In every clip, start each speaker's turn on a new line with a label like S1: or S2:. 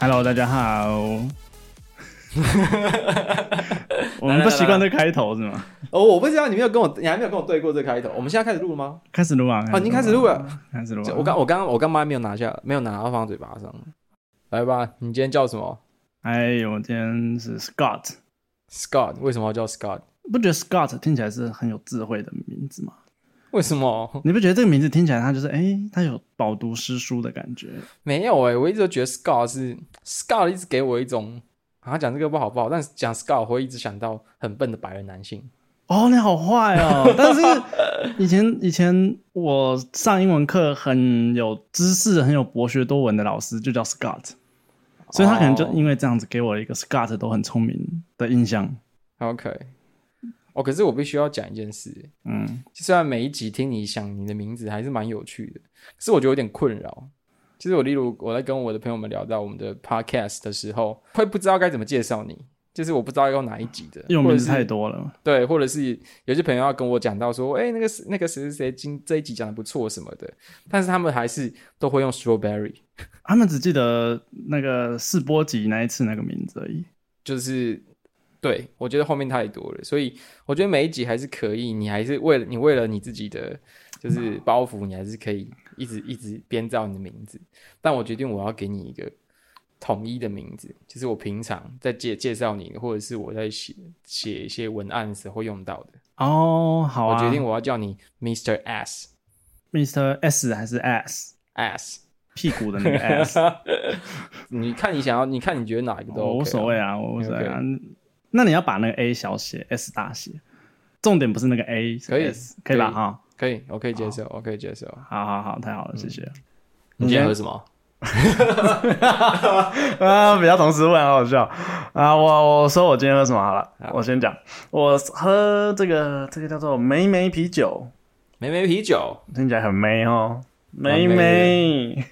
S1: Hello，大家好。 我们不习惯这开头是吗？
S2: 哦，我不知道你没有跟我，你还没有跟我对过这个开头。我们现在开始录了吗？
S1: 开始录啊！
S2: 啊，已经开始录了。
S1: 开始录啊。
S2: 我刚我刚我刚麦没有拿下，没有拿到放嘴巴上。来吧，你今天叫什么
S1: 哎呦，我今天是 Scott，
S2: ？Scott，为什么要叫 Scott？
S1: 不觉得 Scott 听起来是很有智慧的名字吗？
S2: 为什么？
S1: 你不觉得这个名字听起来它就是哎、它有饱读诗书的感觉？
S2: 没有哎、我一直都觉得 Scott 是 Scott，一直给我一种啊，讲这个不好不好，但是讲 Scott 我会一直想到很笨的白人男性。
S1: 哦，你好坏 哦！但是以前以前我上英文课很有知识、很有博学多闻的老师就叫 Scott，所以他可能就
S2: 哦
S1: 因为这样子给我一个 Scott 都很聪明的印象。
S2: OK，哦，可是我必须要讲一件事、
S1: 嗯，
S2: 虽然每一集听你想你的名字还是蛮有趣的，可是我觉得有点困扰。其实我例如我在跟我的朋友们聊到我们的 podcast 的时候，会不知道该怎么介绍你，就是我不知道用哪一集的，
S1: 因为我
S2: 或
S1: 名
S2: 者
S1: 字
S2: 是
S1: 太多了。
S2: 对，或者是有些朋友要跟我讲到说，哎、那个谁那个谁谁谁今这一集讲的不错什么的，但是他们还是都会用 strawberry，
S1: 他们只记得那个试播集那一次那个名字而已。
S2: 就是对我觉得后面太多了，所以我觉得每一集还是可以，你还是为了你为了你自己的就是包袱，你还是可以一直一直编造你的名字。但我决定我要给你一个统一的名字，就是我平常在介介绍你，或者是我在写写一些文案的时候用到的。
S1: 哦，好啊。
S2: 我决定我要叫你 Mr. S
S1: Mr. S 还是 S
S2: S。
S1: 屁股的那个 S，
S2: 你看你想要，你看你觉得哪一个都、
S1: 我无所谓。啊，我无所谓啊。那你要把那个 A 小写，S 大写。重点不是那个 A，是
S2: 可以
S1: S, 可以吧？哈，
S2: 可以，我可以接受，我可以接受。
S1: 好好好，太好了，谢谢。
S2: 你今天喝什么？
S1: 啊，比较同时问，好好笑啊！我我说我今天喝什么好了，我先讲，我喝这个这个叫做梅梅啤酒，
S2: 梅梅啤酒。
S1: 听起来很梅哦，梅
S2: 蛮
S1: 梅
S2: 梅，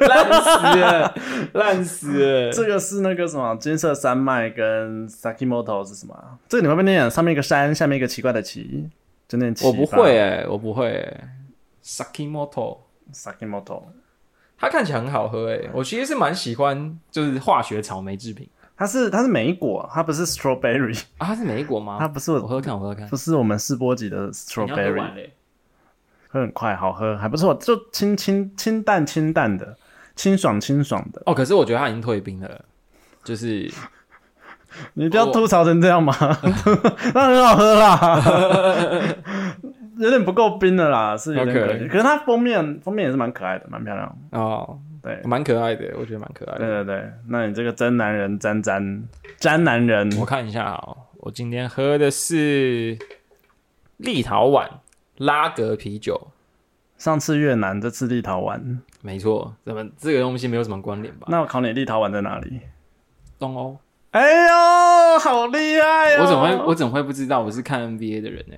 S2: 烂死了，烂死了。
S1: 这个是那个什么金色山脉跟 Sakimoto 是什么啊？这个你会不会念？上面一个山，下面一个奇怪的奇，就念奇吧。
S2: 我不会哎、我不会、欸。Sakimoto，
S1: Sakimoto，
S2: 它看起来很好喝哎、我其实是蛮喜欢，就是化学草莓制品
S1: 它是它是莓果，它不是 strawberry，
S2: 啊。它是美国吗？
S1: 它不是
S2: 我
S1: 我
S2: 喝看，我喝看。
S1: 不是我们试播集的
S2: 你要喝
S1: strawberry，
S2: 完欸嘞
S1: 喝很快，好喝，还不错，就清清清淡清淡的，清爽清爽的。
S2: 哦，可是我觉得它已经退冰了，就是
S1: 你不要
S2: 我
S1: 吐槽成这样嘛， 那很好喝啦， 有点不够冰的啦，是有点可惜。
S2: OK
S1: 可是它封面封面也是蛮可爱的，蛮漂亮的。
S2: 哦，
S1: 对
S2: 蛮可爱的，我觉得蛮可爱
S1: 对
S2: 的。
S1: 对对，那你这个真男人沾沾沾男人，
S2: 我看一下哦，我今天喝的是立陶宛拉格啤酒，
S1: 上次越南，这次立陶宛，
S2: 没错，咱们这个东西没有什么关联吧？
S1: 那我考你，立陶宛在哪里？
S2: 东欧。
S1: 哎呦，好厉害哦！
S2: 我怎么会我怎么会不知道？我是看 NBA 的人呢、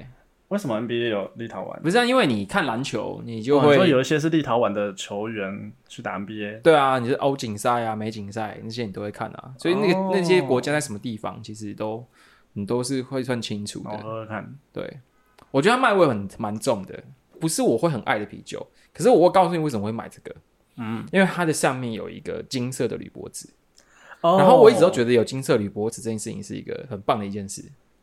S1: 为什么 NBA 有立陶宛？
S2: 不是、啊、因为你看篮球，你就
S1: 我
S2: 会、
S1: 哦说有一些是立陶宛的球员去打 NBA，
S2: 对啊，你是欧锦赛啊、美锦赛那些你都会看啊，所以那个、
S1: 哦
S2: 那些国家在什么地方，其实都你都是会算清楚
S1: 那我
S2: 的。
S1: 喝喝看。
S2: 对，我觉得它麦味很蛮重的，不是我会很爱的啤酒，可是我会告诉你为什么会买这个。嗯，因为它的上面有一个金色的铝箔纸，
S1: 哦
S2: 然后我一直都觉得有金色铝箔纸这件事情是一个很棒的一件事。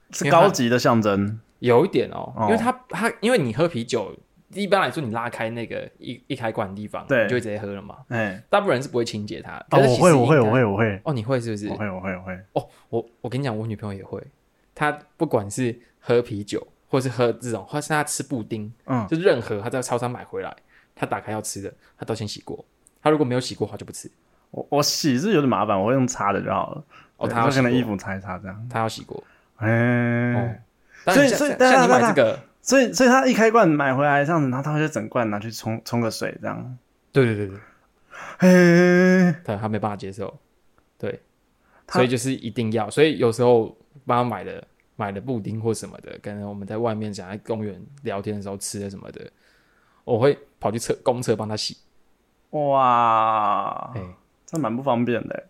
S1: 得是高级的象征。
S2: 有一点哦，
S1: 哦
S2: 因为它它因为你喝啤酒，一般来说你拉开那个一一开罐的地方，
S1: 对
S2: 你就会直接喝了嘛。
S1: 哎，
S2: 大部分人是不会清洁它的。
S1: 哦，
S2: 但是
S1: 我
S2: 其实
S1: 会，我会，
S2: 应该
S1: 我。会，我会，
S2: 哦，你会是不是
S1: 我？会，我会，我会。
S2: 哦，我我跟你讲，我女朋友也会，她不管是喝啤酒，或是喝这种，或是她吃布丁，
S1: 嗯，
S2: 就任何她在超商买回来，她打开要吃的，她都先洗过。她如果没有洗过的话，就不吃。
S1: 我我洗是有点麻烦，我会用擦的就好了。
S2: 哦，
S1: 对
S2: 她要
S1: 就
S2: 洗
S1: 可
S2: 过
S1: 能衣，服擦一擦这样。
S2: 她要洗过。哦
S1: 哎，，
S2: 但
S1: 所以
S2: 像
S1: 所以
S2: 像像你
S1: 大
S2: 买
S1: 家
S2: 这个，
S1: 所以，所以他一开罐买回来这样子，然后他会就整罐拿去冲冲个水这样。哎
S2: 对对对对，
S1: 嘿，
S2: 她她没办法接受。对，
S1: 他
S2: 所以就是一定要，所以有时候帮他买的买的布丁或什么的，可能我们在外面想在公园聊天的时候吃的什么的，我会跑去厕公厕帮他洗，
S1: 哇
S2: 哎、，
S1: 这蛮不方便的。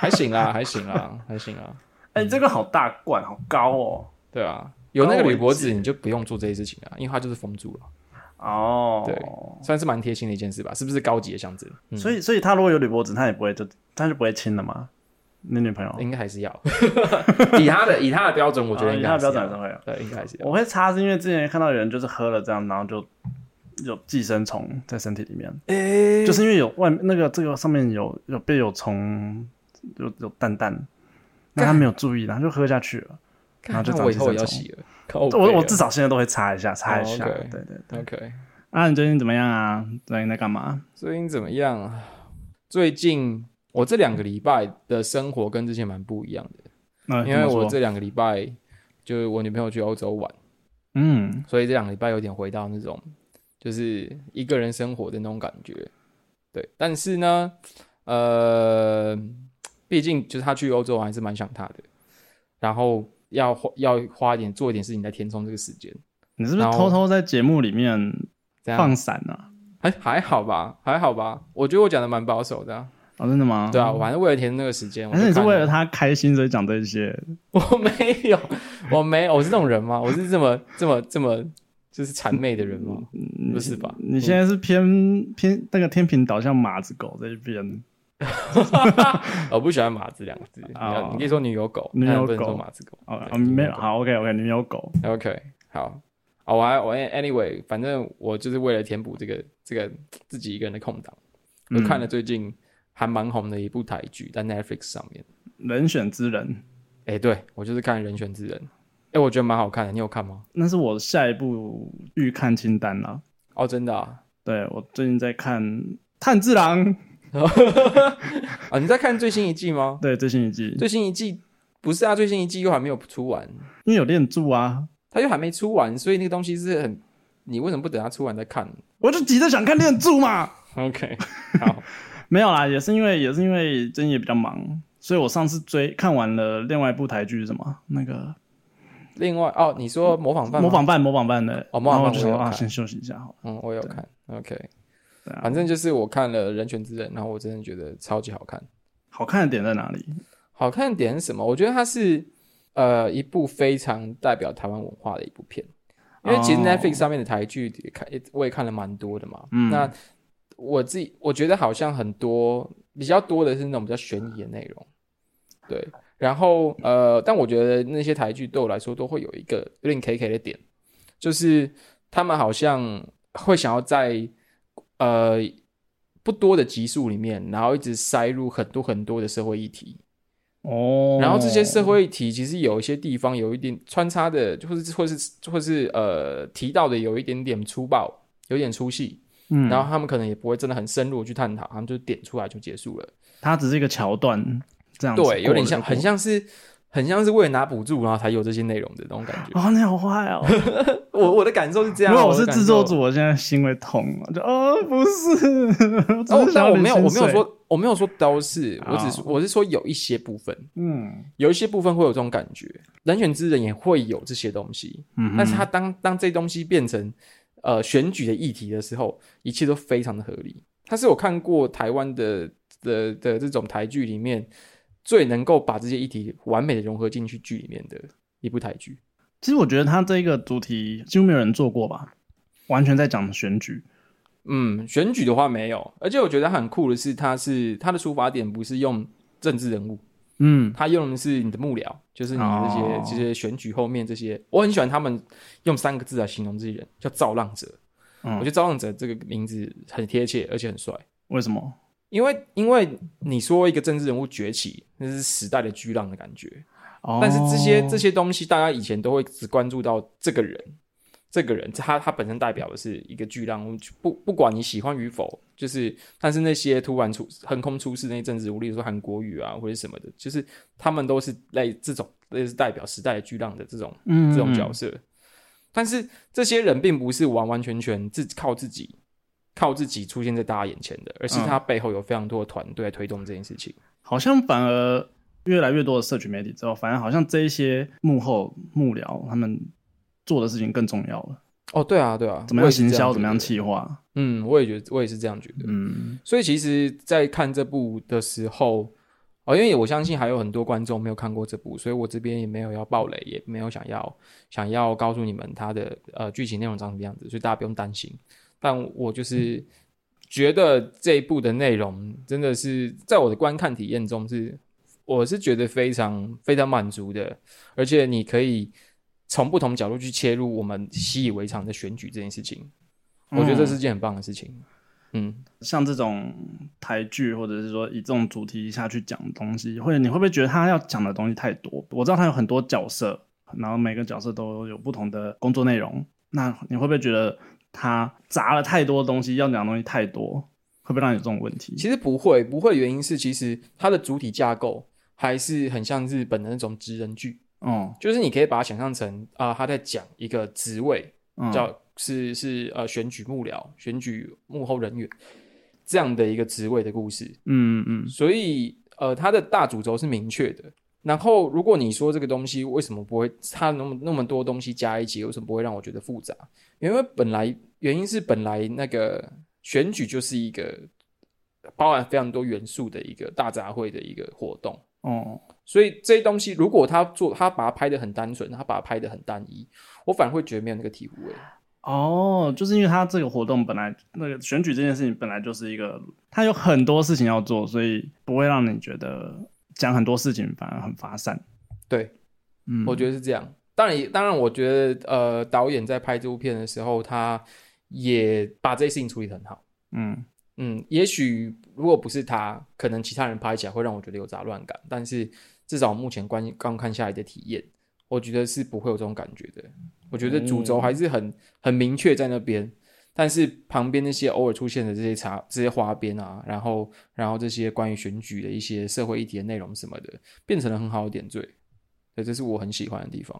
S2: 还行啦，还行啦，还行啦，
S1: 哎、这个好大罐，好高哦。
S2: 对啊，有那 个
S1: 高维
S2: 铝箔
S1: 戒
S2: 纸你就不用做这些事情啊，因为它就是封住了，
S1: 哦，
S2: 对算是蛮贴心的一件事吧？是不是高级的象征？嗯、
S1: 所以所以他如果有铝箔纸，他也不会就他就不会亲了吗？你女朋友？
S2: 嗯应该还是 要以他的以他的标准，我觉得
S1: 哦
S2: 应
S1: 以
S2: 该
S1: 他
S2: 还
S1: 的
S2: 是
S1: 标准还
S2: 要
S1: 是会有。
S2: 对，应该还是要。
S1: 我会擦是因为之前看到有人就是喝了这样，然后就有寄生虫在身体里面，
S2: 诶
S1: 就是因为有外那个这个上面有有被有虫有有蛋蛋，那他没有注意，然后就喝下去了。然后就
S2: 看
S1: 长
S2: 我以
S1: 寄
S2: 后
S1: 生
S2: 也要
S1: 虫
S2: 洗了。靠
S1: 我
S2: 北
S1: 我
S2: 了
S1: 至少现在都会擦一下，擦一下。
S2: 哦，OK
S1: 对对对。
S2: OK。
S1: 啊，你最近怎么样啊？最近在干嘛？
S2: 最近怎么样啊？最近我这两个礼拜的生活跟之前蛮不一样的，
S1: 那
S2: 因为
S1: 啊怎么
S2: 我
S1: 说
S2: 这两个礼拜就是我女朋友去欧洲玩，
S1: 嗯
S2: 所以这两个礼拜有点回到那种就是一个人生活的那种感觉。对，但是呢，呃，毕竟就是她去欧洲，我还是蛮想她的。然后要花要花一点做一点事情来填充这个时间，
S1: 你是不是
S2: 然后
S1: 偷偷在节目里面
S2: 这样
S1: 放闪啊？
S2: 还还好吧，还好吧。我觉得我讲的蛮保守的啊、
S1: 哦，真的吗？
S2: 对啊，我反正为了填充那个时间，我
S1: 还是
S2: 就
S1: 你是
S2: 看
S1: 为了他开心所以讲这些？
S2: 我没有，我没，我是这种人吗？我是这么 这么这么就是谄媚的人吗？不是吧？
S1: 嗯你现在是偏偏那个天平导向马子狗这一边，
S2: 嗯我不喜欢马子两个字，你
S1: 哦
S2: 要你可以说女友狗，
S1: 女友
S2: 但不能
S1: 狗
S2: 说马子狗。
S1: 哦，哦
S2: 对
S1: 没有，。好，OK OK，你没有狗，
S2: 女友狗 OK，好。哦，我还我 anyway，反正我就是为了填补这个这个自己一个人的空档，我
S1: 嗯
S2: 看了最近还蛮红的一部台剧，在 Netflix 上面。
S1: 人选之人，
S2: 哎、对我就是看《人选之人》，哎、我觉得蛮好看的，你有看吗？
S1: 那是我下一部预看清单了。
S2: 哦，真的啊，
S1: 对我最近在看《炭治郎》，
S2: 啊你在看最新一季吗？
S1: 对最新一季，
S2: 最新一季不是啊，最新一季又还没有出完，
S1: 因为有练柱啊，
S2: 它又还没出完，所以那个东西是很，你为什么不等它出完再看
S1: 我就急着想看练柱嘛。
S2: ？OK，好，
S1: 没有啦，也是因为也是因为最近也比较忙，所以我上次追看完了另外一部台剧是什么那个
S2: 另外哦，你说模仿犯吗
S1: 嗯模，仿犯模仿犯的，
S2: 哦模仿
S1: 然后
S2: 犯
S1: 我就说
S2: 我有
S1: 啊，
S2: 看
S1: 先休息一下好了。
S2: 嗯，我有看，OK，
S1: 对啊
S2: 反正就是我看了《人权之刃》，然后我真的觉得超级好看。
S1: 好看的点在哪里？
S2: 好看的点是什么？我觉得它是呃一部非常代表台湾文化的一部片，因为其实
S1: 哦
S2: Netflix 上面的台剧也看也我也看了蛮多的嘛。
S1: 嗯
S2: 那我自己我觉得好像很多比较多的是那种比较悬疑的内容，对。然后呃，但我觉得那些台剧对我来说都会有一个有点 K K 的点，就是他们好像会想要在呃不多的集数里面，然后一直塞入很多很多的社会议题。
S1: 哦，
S2: 然后这些社会议题其实有一些地方有一点穿插的，或是或是或是呃提到的有一点点粗暴，有点粗细，
S1: 嗯，
S2: 然后他们可能也不会真的很深入地去探讨，他们就点出来就结束了。
S1: 它只是一个桥段，这样子
S2: 对，有点像，
S1: 过了
S2: 很
S1: 就过
S2: 像是很像是为了拿补助，然后才有这些内容的啊那种感觉。
S1: 啊，你好坏 哦！
S2: 我我的感受是这
S1: 如
S2: 样，
S1: 果我
S2: 的
S1: 是
S2: 感
S1: 制作
S2: 受
S1: 组，我现在心会痛，我就哦，不是，我只
S2: 哦
S1: 是，想
S2: 但
S1: 要
S2: 我没有，我
S1: 领
S2: 没
S1: 薪
S2: 有
S1: 水，
S2: 说，我没有说都是，我只
S1: 哦
S2: 是我是说有一些部分，
S1: 嗯
S2: 有一些部分会有这种感觉，人选之人也会有这些东西，
S1: 嗯哼，
S2: 但是它当当这东西变成呃选举的议题的时候，一切都非常的合理。它是我看过台湾的的的这种台剧里面最能够把这些议题完美的融合进去剧里面的一部台剧。
S1: 其实我觉得它这个主题几乎没有人做过吧，完全在讲选举，
S2: 嗯，选举的话没有，而且我觉得它很酷的是，它是它的出发点不是用政治人物，
S1: 嗯，
S2: 它用的是你的幕僚，就是你这些、
S1: 哦
S2: 这些选举后面这些。我很喜欢他们用三个字来形容这些人，叫造浪者。
S1: 嗯
S2: 我觉得造浪者这个名字很贴切，而且很帅。
S1: 为什么？
S2: 因为因为你说一个政治人物崛起，那是时代的巨浪的感觉。
S1: 哦
S2: 但是这些这些东西，大家以前都会只关注到这个人，这个人他他本身代表的是一个巨浪，我们就不不管你喜欢与否，就是但是那些突然出横空出世那些政治人物，例如说韩国语啊或者什么的，就是他们都是类这种类似代表时代的巨浪的这种
S1: 嗯
S2: 这种角色。但是这些人并不是完完全全自靠自己、靠自己出现在大家眼前的，而是他背后有非常多的团队来推动这件事情。
S1: 好像反而越来越多的社群媒体之后，反而好像这一些幕后幕僚他们做的事情更重要了。
S2: 哦，对啊，对啊，
S1: 怎么
S2: 我也
S1: 样
S2: 是这
S1: 行销，
S2: 觉
S1: 怎么样
S2: 得？
S1: 企划，
S2: 嗯，我也觉得，我也是这样觉得。
S1: 嗯
S2: 所以其实，在看这部的时候，哦，因为我相信还有很多观众没有看过这部，所以我这边也没有要爆雷，也没有想要想要告诉你们它的呃剧情内容长什么样子，所以大家不用担心。但我就是觉得这一部的内容真的是在我的观看体验中是，我是觉得非常非常满足的，而且你可以从不同角度去切入我们习以为常的选举这件事情，我觉得这是件很棒的事情。嗯，
S1: 像这种台剧，或者是说以这种主题下去讲东西，或者你会不会觉得他要讲的东西太多？我知道他有很多角色，然后每个角色都有不同的工作内容，那你会不会觉得他砸了太多东西，要讲的东西太多，会不会让你有这种问题？
S2: 其实不会，不会的原因是其实它的主体架构还是很像日本的那种职人剧，
S1: 哦，
S2: 就是你可以把它想象成啊、他在讲一个职位，
S1: 嗯，
S2: 叫是是呃选举幕僚、选举幕后人员这样的一个职位的故事。
S1: 嗯嗯
S2: 所以呃，它的大主轴是明确的。然后，如果你说这个东西为什么不会，它那么那么多东西加一起，为什么不会让我觉得复杂？因为本来原因是本来那个选举就是一个包含非常多元素的一个大杂烩的一个活动，
S1: 哦，
S2: 所以这些东西如果他做他把它拍的很单纯，他把它拍的很单一，我反而会觉得没有那个体欸味。
S1: 哦，就是因为他这个活动本来那个选举这件事情本来就是一个，他有很多事情要做，所以不会让你觉得讲很多事情反而很发散。
S2: 对，
S1: 嗯，
S2: 我觉得是这样。当然也，当然，我觉得呃，导演在拍这部片的时候，他也把这些事情处理得很好。
S1: 嗯
S2: 嗯，也许如果不是他，可能其他人拍起来会让我觉得有杂乱感，但是至少目前观刚看下来的体验，我觉得是不会有这种感觉的。我觉得主轴还是很很明确在那边，但是旁边那些偶尔出现的这些茶、这些花边啊，然后然后这些关于选举的一些社会议题的内容什么的，变成了很好的点缀。对，这是我很喜欢的地方。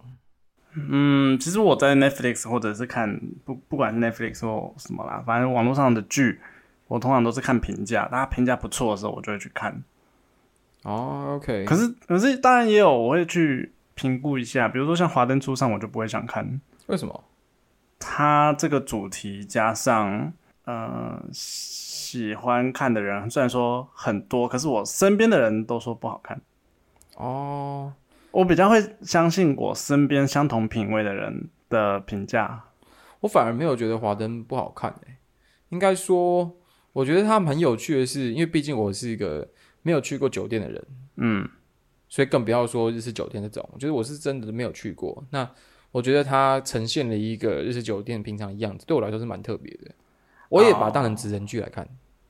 S1: 嗯，其实我在 Netflix 或者是看不不管是 Netflix 或什么啦，反正网络上的剧，我通常都是看评价，大家评价不错的时候，我就会去看。
S2: 哦，OK，
S1: 可是可是当然也有我会去评估一下，比如说像《华灯初上》，我就不会想看。
S2: 为什么？
S1: 它这个主题加上呃喜欢看的人，虽然说很多，可是我身边的人都说不好看。
S2: 哦，
S1: 我比较会相信我身边相同品味的人的评价。
S2: 我反而没有觉得华灯不好看诶、应该说，我觉得他们很有趣的是，因为毕竟我是一个没有去过酒店的人，
S1: 嗯
S2: 所以更不要说日式酒店这种，就是我是真的没有去过。那我觉得它呈现了一个日式酒店平常的样子，对我来说是蛮特别的。我也把它当成职人剧来看，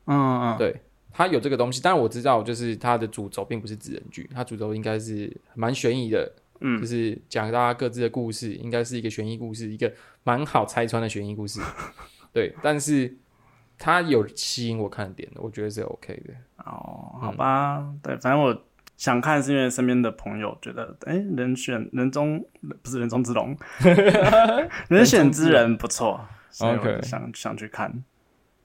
S1: 嗯嗯，
S2: 对它有这个东西。当然我知道，就是它的主轴并不是职人剧，它主轴应该是蛮悬疑的，
S1: 嗯
S2: 就是讲大家各自的故事，应该是一个悬疑故事，一个蛮好拆穿的悬疑故 事。对，但是它有吸引我看的点，我觉得是 OK 的。
S1: 哦，好吧，对，反正我想看是因为身边的朋友觉得，哎、人选人中不是人中之龙，人选之人不错，所以我就
S2: OK
S1: 想想去看。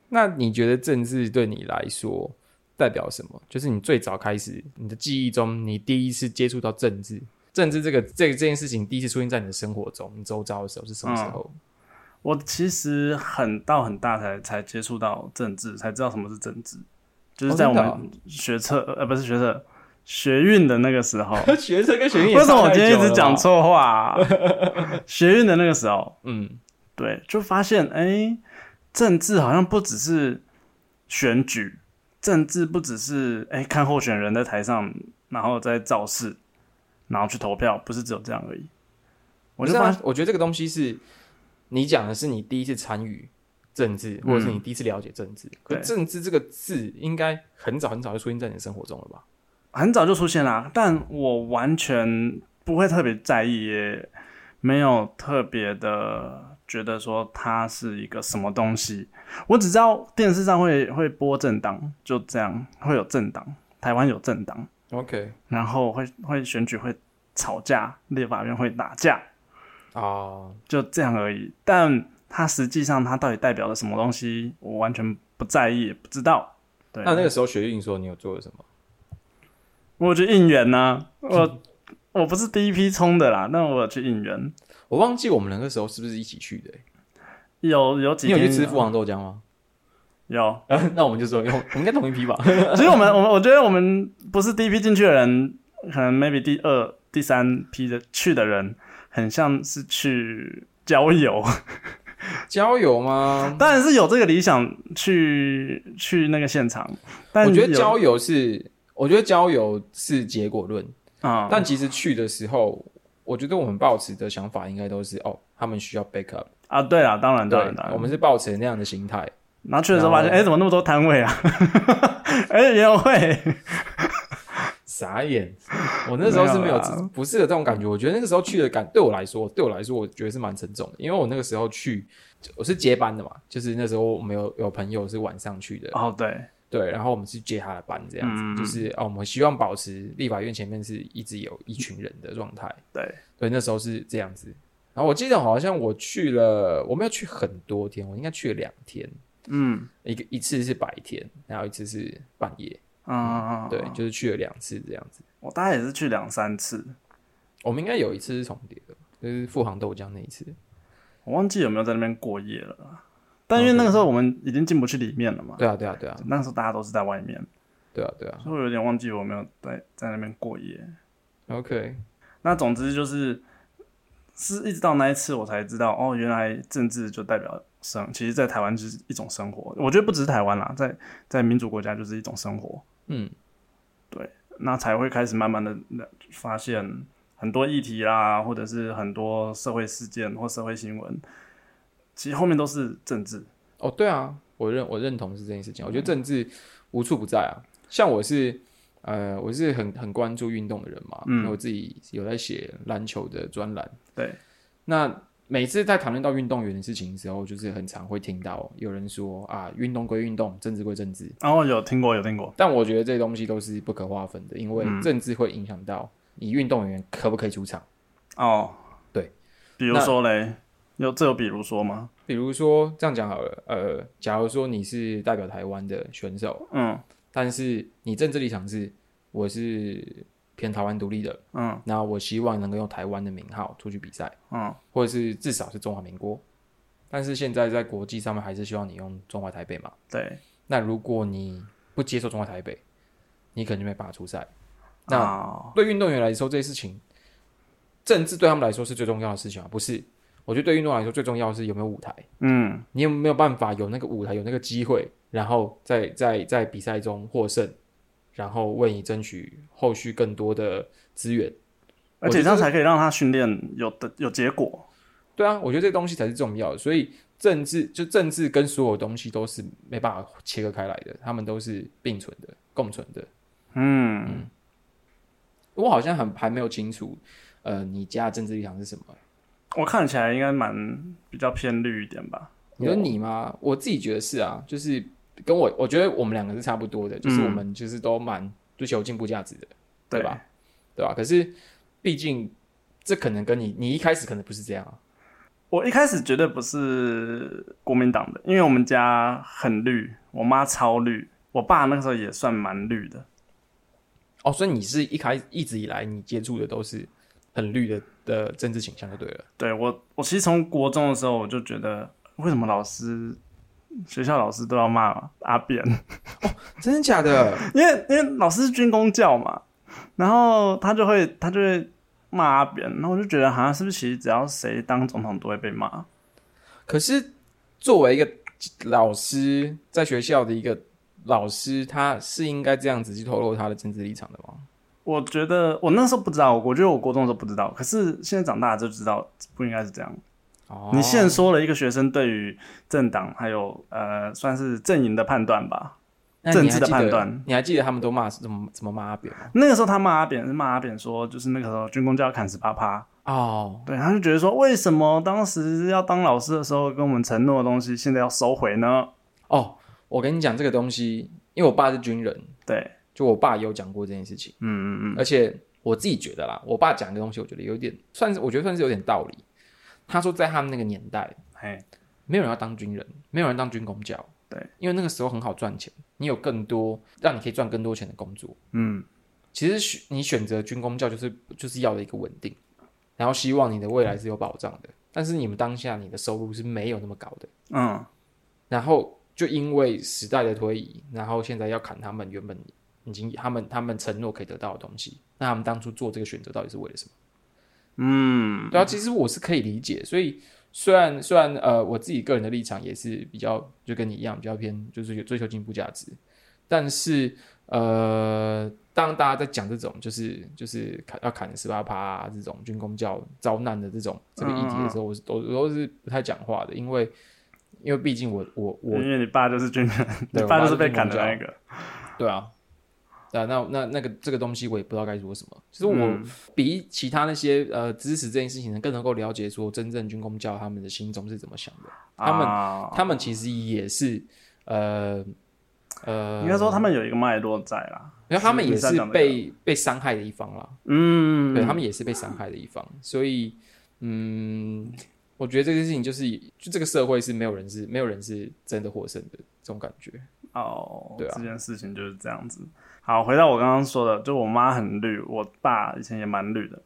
S2: 那你觉得政治对你来说代表什么？就是你最早开始，你的记忆中，你第一次接触到政治，政治这个这这件事情第一次出现在你的生活中，你周遭的时候是什么时候？
S1: 我其实很到很大才才接触到政治，才知道什么是政治，就是
S2: 哦
S1: 在我
S2: 真的
S1: 们学测、呃不是学测学运的那个时 候。
S2: 学生跟学运
S1: 啊为什么我今天一直讲？错话、 啊？ 学运的那个时候，
S2: 嗯，
S1: 对，就发现哎、诶政治好像不只是选举，政治不只是哎、诶看候选人在台上，然后再造势，然后去投票，不是只有这样而已。我
S2: 我
S1: 就
S2: 知道
S1: 发
S2: 啊，我觉得这个东西是你讲的是你第一次参与政治，或者是你第一次了解政治。可
S1: 嗯对
S2: 政治这个字应该很早很早就出现在你的生活中了吧？
S1: 很早就出现啦，但我完全不会特别在意，也没有特别的觉得说它是一个什么东西。我只知道电视上会会播政党，就这样会有政党，台湾有政党，
S2: OK，
S1: 然后会会选举会吵架，立法院会打架，
S2: 啊，
S1: 就这样而已。但它实际上它到底代表了什么东西，我完全不在意，也不知道。对，
S2: 那那个时候学运说你有做了什么？
S1: 我去应援呢、我
S2: 嗯
S1: 我不是第一批冲的啦，但我有去应援，
S2: 我忘记我们那个时候是不是一起去的欸、
S1: 有有
S2: 你
S1: 几
S2: 有
S1: 天
S2: 去吃富？王豆浆吗？呃
S1: 有，
S2: 那我们就说用，我们应该同一批 吧？
S1: 其实我们我们我觉得我们不是第一批进去的人，可能 maybe 第二、第三批的去的人，很像是去郊游，
S2: 交友吗？
S1: 当然是有这个理想去去那个现场，但
S2: 我觉得
S1: 有
S2: 交友是，我觉得交友是结果论，
S1: 啊，
S2: 但其实去的时候，我觉得我们抱持的想法应该都是哦，他们需要 backup，
S1: 啊，对嗯了，当然当
S2: 对
S1: 然当，然，
S2: 我们是抱持那样的心态。
S1: 然后去的时候发现，
S2: 然后
S1: 哎、怎么那么多摊位啊？ 哎、也有会，
S2: 傻眼！我那时候是没
S1: 没有啦
S2: 有自不是的这种感觉。我觉得那个时候去的感，对我来说，对我来说，我觉得是蛮沉重的，因为我那个时候去，我是接班的嘛，就是那时候我们有有朋友是晚上去的，
S1: 哦，对，
S2: 对，然后我们去接他的班，这样子，
S1: 嗯
S2: 就是哦，我们希望保持立法院前面是一直有一群人的状态，
S1: 对，
S2: 对，那时候是这样子。然后我记得好像我去了，我没有去很多天，我应该去了两天，
S1: 嗯
S2: 一个一次是白天，然后一次是半夜，
S1: 啊、嗯，
S2: 对，就是去了两次这样子。
S1: 我大概也是去两三次，
S2: 我们应该有一次是重叠的，就是富航豆浆那一次。
S1: 我忘记有没有在那边过夜了。但因为那个时候我们已经进不去里面了嘛，
S2: 对啊，对啊，对啊，
S1: 那时候大家都是在外面，
S2: 对啊，对啊。
S1: 所以我有点忘记我没有在在那边过夜。
S2: OK，
S1: 那总之就是，是一直到那一次我才知道，哦，原来政治就代表生，其实，在台湾就是一种生活。我觉得不只是台湾啦，在在民主国家就是一种生活。
S2: 嗯，
S1: 那才会开始慢慢的发现很多议题啦，或者是很多社会事件或社会新闻，其实后面都是政治。
S2: 哦，对啊，我认我认同是这件事情。我觉得政治无处不在啊。像我是呃，我是很很关注运动的人嘛，
S1: 嗯
S2: 那我自己有在写篮球的专栏。
S1: 对，
S2: 那每次在谈论到运动员的事情的时候，就是很常会听到有人说啊，运动归运动，政治归政治。
S1: 然、后有听过，有听过，
S2: 但我觉得这东西都是不可划分的，因为
S1: 嗯
S2: 政治会影响到你运动员可不可以出场。
S1: 哦，
S2: 对，
S1: 比如说嘞，有这有比如说吗？
S2: 比如说这样讲好了，呃，假如说你是代表台湾的选手，
S1: 嗯
S2: 但是你政治立场是我是偏台湾独立的，
S1: 嗯
S2: 那我希望能够用台湾的名号出去比赛，
S1: 嗯，
S2: 或者是至少是中华民国。但是现在在国际上面还是希望你用中华台北嘛。
S1: 对，
S2: 那如果你不接受中华台北，你可能就没办法出赛。那
S1: 哦
S2: 对运动员来说，这些事情，政治对他们来说是最重要的事情啊，不是？我觉得对运动员来说最重要的是有没有舞台。
S1: 嗯
S2: 你有没有办法有那个舞台，有那个机会，然后在在在比赛中获胜，然后为你争取后续更多的资源？
S1: 而且这样才可以让他训练有的有结果。
S2: 对啊，我觉得这东西才是重要的。所以政治就政治跟所有东西都是没办法切割开来的，他们都是并存的、共存的。
S1: 嗯，
S2: 我好像很还没有清楚，呃，你家的政治立场是什么？
S1: 我看起来应该蛮比较偏绿一点吧。
S2: 你说你吗？我自己觉得是啊，就是跟我，我觉得我们两个是差不多的，就是我们就是都蛮追求进步价值的，对
S1: 对
S2: 吧？对吧？可是毕竟这可能跟你，你一开始可能不是这样啊。
S1: 我一开始绝对不是国民党的，因为我们家很绿，我妈超绿，我爸那个时候也算蛮绿的。
S2: 哦，所以你是一开一直以来你接触的都是很绿的的政治倾向就对了。
S1: 对我，我其实从国中的时候我就觉得，为什么老师学校老师都要骂阿扁？
S2: 真的假的？
S1: 因为因为老师是军工教嘛，然后他就会他就会骂阿扁，然后我就觉得好像是不是其实只要谁当总统都会被骂？
S2: 可是作为一个老师，在学校的一个老师，他是应该这样子去透露他的政治立场的吗？
S1: 我觉得我那时候不知道，我觉得我国中的时候不知道，可是现在长大就知道不应该是这样。
S2: 哦，
S1: 你现说了一个学生对于政党还有呃算是阵营的判断吧。
S2: 那你
S1: 政
S2: 还
S1: 治的
S2: 记得
S1: 判断
S2: 你还记得他们都骂怎么怎么骂阿扁吗？
S1: 那个时候他骂阿扁是骂阿扁说，就是那个时候军工教要砍十八趴，
S2: 哦，
S1: 对，他就觉得说为什么当时要当老师的时候跟我们承诺的东西，现在要收回呢？
S2: 哦，我跟你讲这个东西，因为我爸是军人，
S1: 对，
S2: 就我爸也有讲过这件事情，
S1: 嗯嗯嗯，
S2: 而且我自己觉得啦，我爸讲的东西，我觉得有点算是，我觉得算是有点道理。他说，在他们那个年代，
S1: 嘿，
S2: 没有人要当军人，没有人当军工教，
S1: 对，
S2: 因为那个时候很好赚钱，你有更多让你可以赚更多钱的工作。
S1: 嗯，
S2: 其实选你选择军工教就是就是要的一个稳定，然后希望你的未来是有保障的。但是你们当下你的收入是没有那么高的，
S1: 嗯，
S2: 然后就因为时代的推移，然后现在要砍他们原本已经他们他们承诺可以得到的东西，那他们当初做这个选择到底是为了什么？
S1: 嗯，
S2: 对啊，其实我是可以理解，所以虽然虽然呃，我自己个人的立场也是比较就跟你一样，比较偏就是有追求进步价值，但是呃，当大家在讲这种就是就是砍要砍十八趴啊这种军工教遭难的这种这个议题的时候，我是我我都是不太讲话的，因为因为毕竟我我我
S1: 因为你爸就是军人，
S2: 对
S1: 你
S2: 我
S1: 爸
S2: 爸
S1: 就是
S2: 是
S1: 被
S2: 军
S1: 砍的
S2: 人
S1: 那个。
S2: 对啊，对啊，那那那个这个东西我也不知道该说什么。其实我
S1: 嗯
S2: 比其他那些呃支持这件事情的人更能够了解说真正军工教他们的心中是怎么想的。他们、
S1: 啊
S2: 他们其实也是呃呃，
S1: 应该说他们有一个脉络在啦。
S2: 因为他们也
S1: 你在
S2: 是
S1: 讲那个
S2: 被、被伤害的一方啦，
S1: 啊嗯，
S2: 对他们也是被伤害的一方，所以嗯。我觉得这件事情就是，就这个社会是没有人是没有人是真的获胜的这种感觉。
S1: 哦，
S2: 对啊
S1: 这件事情就是这样子。好，回到我刚刚说的，就我妈很绿，我爸以前也蛮绿的。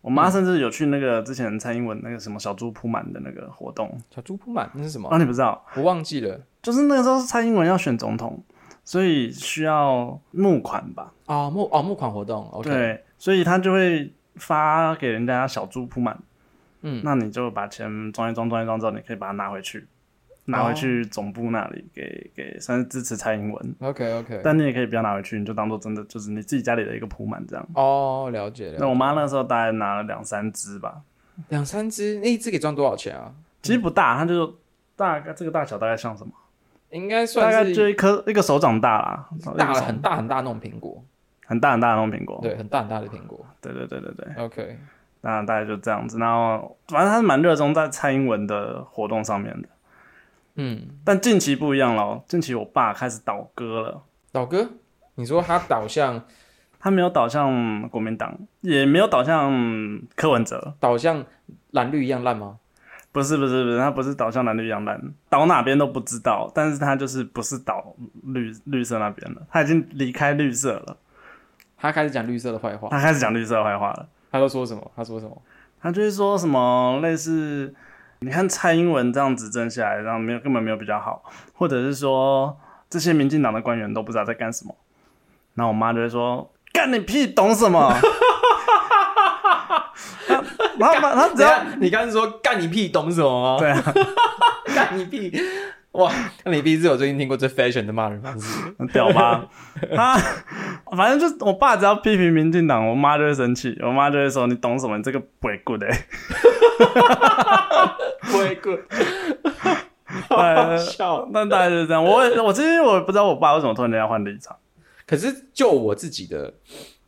S1: 我妈甚至有去那个之前蔡英文那个什么小猪铺满的那个活动，
S2: 小猪铺满那是什么？
S1: 啊，你不知道，
S2: 我忘记了
S1: 就是那个时候是蔡英文要选总统，所以需要募款吧？
S2: 啊、哦募哦募款活动，OK，
S1: 对，所以他就会发给人家小猪铺满，
S2: 嗯，
S1: 那你就把钱装一装，装一装之后，你可以把它拿回去，拿回
S2: 哦
S1: 去总部那里给给算是支持蔡英文，
S2: OK OK，
S1: 但你也可以不要拿回去，你就当做真的就是你自己家里的一个铺满这样。
S2: 哦，了解
S1: 那
S2: 了，
S1: 我妈那时候大概拿了两三只吧，
S2: 两三只，那一只给赚多少钱啊？
S1: 其实不大，它就大概这个大小大概像什么？
S2: 应该
S1: 大
S2: 算
S1: 概
S2: 是
S1: 就一颗一个手掌大啦，
S2: 大
S1: 一个手哦
S2: 很大很大那种苹果，
S1: 很大很大的那种苹果。
S2: 对，很大很大的苹果。
S1: 对对对对对，
S2: OK，
S1: 那大概就这样子。然后反正她是蛮热衷在蔡英文的活动上面的，
S2: 嗯，
S1: 但近期不一样咯，近期我爸开始倒戈了。
S2: 老哥，你说他导向
S1: 他没有倒向国民党，也没有倒向柯文哲，
S2: 导向蓝绿一样烂吗？
S1: 不是不是不是，他不是倒向蓝绿杨澜，倒哪边都不知道，但是他就是不是倒绿绿色那边了，他已经离开绿色了，
S2: 他开始讲绿色的坏话，
S1: 他开始讲绿色坏话了，
S2: 他都说什么？他说什么？
S1: 他就是说什么类似，你看蔡英文这样执政下来，然后没有根本没有比较好，或者是说这些民进党的官员都不知道在干什么，那我妈就会说干你屁，懂什么？ 然后然后他只
S2: 只
S1: 要
S2: 要你刚才说干你屁，懂什么吗？
S1: 啊对啊。
S2: 干你屁！哇，干你屁是我最近听过最 fashion 的骂人方式。
S1: 很屌吧？他反正就是我爸只要批评民进党，我妈就会生气，我妈就会说你懂什么？你这个鬼棍的、欸。
S2: 鬼鬼，好
S1: 对，
S2: 笑。
S1: 那大概就是这样。我也我其实我也不知道我爸为什么突然间要换立场。
S2: 可是就我自己的，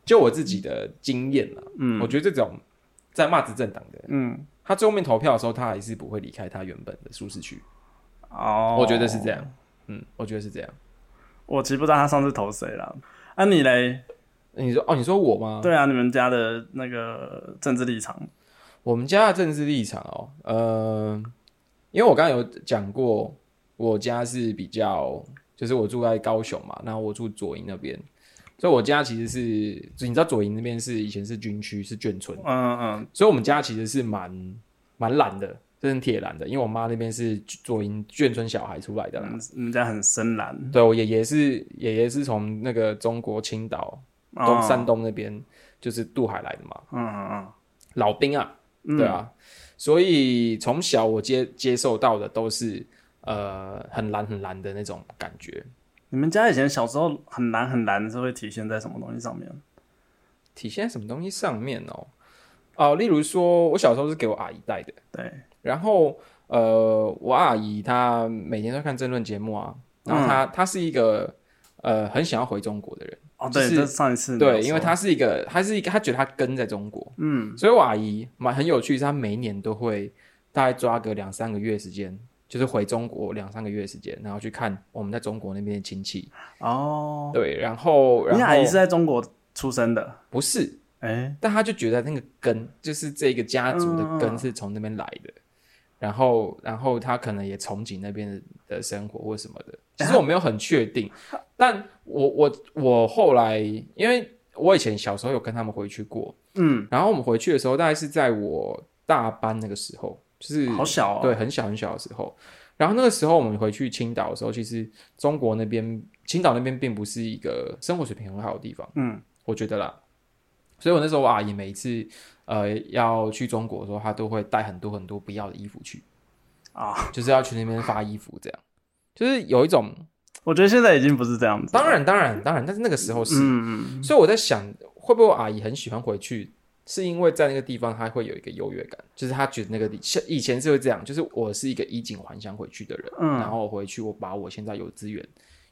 S2: 就我自己的经验啦，嗯，我觉得这种在骂执政党的，
S1: 嗯，
S2: 他最后面投票的时候，他还是不会离开他原本的舒适区。
S1: 哦，
S2: 我觉得是这。样，嗯，我觉得是这样。
S1: 我其实不知道他上次投谁了。啊，你嘞？
S2: 你说哦，你说我吗？，
S1: 对啊，你们家的那个政治立场，
S2: 我们家的政治立场哦，呃，因为我刚刚有讲过，我家是比较，就是我住在高雄嘛，然后我住左营那边，所以我家其实是，你知道左营那边是以前是军区，是眷村。
S1: 嗯嗯，
S2: 所以我们家其实是蛮蛮懒的，真的铁懒的，因为我妈那边是左营眷村小孩出来的啦。
S1: 嗯你们家很深蓝，
S2: 对我爷爷是爷爷是从那个中国青岛
S1: 哦
S2: 东、山东那边就是渡海来的嘛，
S1: 嗯嗯
S2: 老兵啊，
S1: 嗯，
S2: 对啊，所以从小我接接受到的都是呃很蓝很蓝的那种感觉，
S1: 你们家以前小时候很蓝很蓝是会体现在什么东西上面？
S2: 体现在什么东西上面哦？哦、例如说我小时候是给我阿姨带的。
S1: 对，
S2: 然后呃，我阿姨她每天都看争论节目啊，然后
S1: 嗯
S2: 她、她是一个呃很想要回中国的人，
S1: 哦
S2: 就
S1: 对，
S2: 是
S1: 这上一次你有
S2: 对，因
S1: 说
S2: 为她是一个她是一个她觉得她根在中国，
S1: 嗯。
S2: 所以我阿姨蛮很有趣，是她每一年都会大概抓个两三个月时间。就是回中国两三个月时间，然后去看我们在中国那边的亲戚。
S1: 哦，
S2: 对，然后然
S1: 你
S2: 后
S1: 阿姨是在中国出生的，
S2: 不是？
S1: 哎、
S2: 但她就觉得那个根，就是这个家族的
S1: 嗯
S2: 根是从那边来的，然后，然后他可能也憧憬那边的的生活或什么的。其实我没有很确定，但我我我后来，因为我以前小时候有跟他们回去过，
S1: 嗯，
S2: 然后我们回去的时候大概是在我大班那个时候，就是
S1: 好小哦，
S2: 对，很小很小的时候。然后那个时候我们回去青岛的时候，其实中国那边青岛那边并不是一个生活水平很好的地方，
S1: 嗯
S2: 我觉得啦。所以我那时候我阿姨每一次呃要去中国的时候，她都会带很多很多不要的衣服去，
S1: 啊，
S2: 就是要去那边发衣服，这样就是有一种
S1: 我觉得现在已经不是这样子。
S2: 当，然当然当然，但是那个时候是，
S1: 嗯嗯，
S2: 所以我在想，会不会我阿姨很喜欢回去，是因为在那个地方她会有一个优越感，就是她觉得那个地像以前是会这样，就是我是一个衣锦还乡回去的人，
S1: 嗯
S2: 然后我回去我把我现在有资源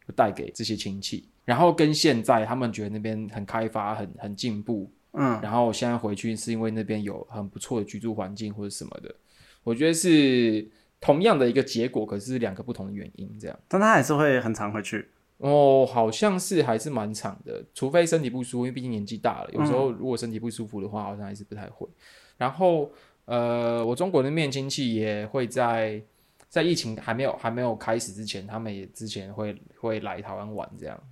S2: 又带给这些亲戚，然后跟现在他们觉得那边很开发、很很进步，
S1: 嗯
S2: 然后我现在回去是因为那边有很不错的居住环境或者什么的，我觉得是同样的一个结果，可是两个不同的原因这样。
S1: 但他还是会很常回去。
S2: 哦，好像是还是蛮长的，除非身体不舒服，因为毕竟年纪大了，有时候如果身体不舒服的话，好像还是不太会。然后呃，我中国的面亲戚也会在在疫情还没有还没有开始之前，他们也之前会会来台湾玩这样，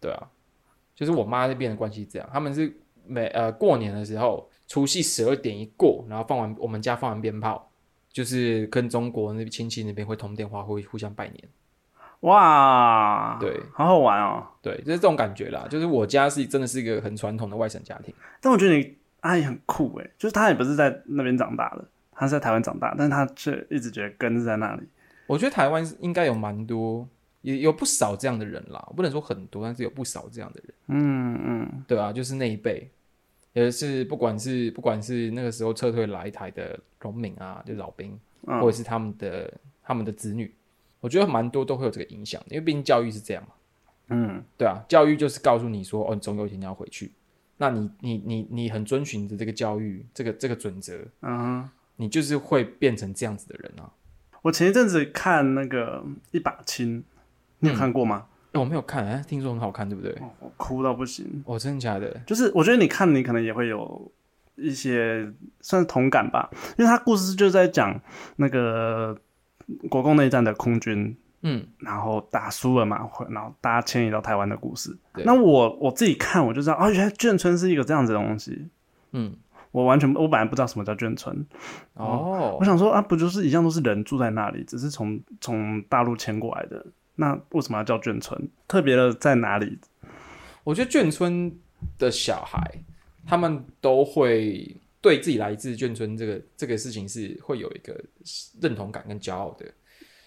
S2: 对啊，就是我妈那边的关系是这样，他们是每呃过年的时候，除夕十二点一过，然后放完我们家放完鞭炮，就是跟中国那边亲戚那边会通电话，会互相拜年。
S1: 哇，
S2: 对，
S1: 好好玩哦。
S2: 对，就是这种感觉啦。就是我家是真的是一个很传统的外省家庭，
S1: 但我觉得你阿姨很酷哎，就是她也不是在那边长大的，她是在台湾长大，但是她却一直觉得根是在那里。
S2: 我觉得台湾是应该有蛮多，也有不少这样的人啦。我不能说很多，但是有不少这样的人。
S1: 嗯嗯，
S2: 对啊，就是那一辈，也是不管是不管是那个时候撤退来台的农民啊，就老兵，
S1: 嗯
S2: 或者是他们的他们的子女，我觉得蛮多都会有这个影响，因为毕竟教育是这样嘛。
S1: 嗯，
S2: 对啊，教育就是告诉你说，哦，你总有一天你要回去。那你你你你很遵循着这个教育这个这个准则，
S1: 嗯
S2: 你就是会变成这样子的人啊。
S1: 哼，我前一阵子看那个《一把青》，你有看过吗？
S2: 欸我没有看，哎，听说很好看，对不对？
S1: 哦我哭到不行。
S2: 哦，真的假的？
S1: 就是我觉得你看，你可能也会有一些算是同感吧，因为他故事就在讲那个国共内战的空军
S2: 嗯，
S1: 然后打输了嘛，回然后大家迁移到台湾的故事。
S2: 对
S1: 那我我自己看我就知道，哦，原来眷村是一个这样子的东西。
S2: 嗯，
S1: 我完全我本来不知道什么叫眷村，
S2: 哦
S1: 我，想说啊，不就是一样都是人住在那里，只是从从大陆迁过来的，那为什么要叫眷村？特别的在哪里？
S2: 我觉得眷村的小孩，他们都会对自己来自眷村这个这个事情是会有一个认同感跟骄傲的。
S1: 嗯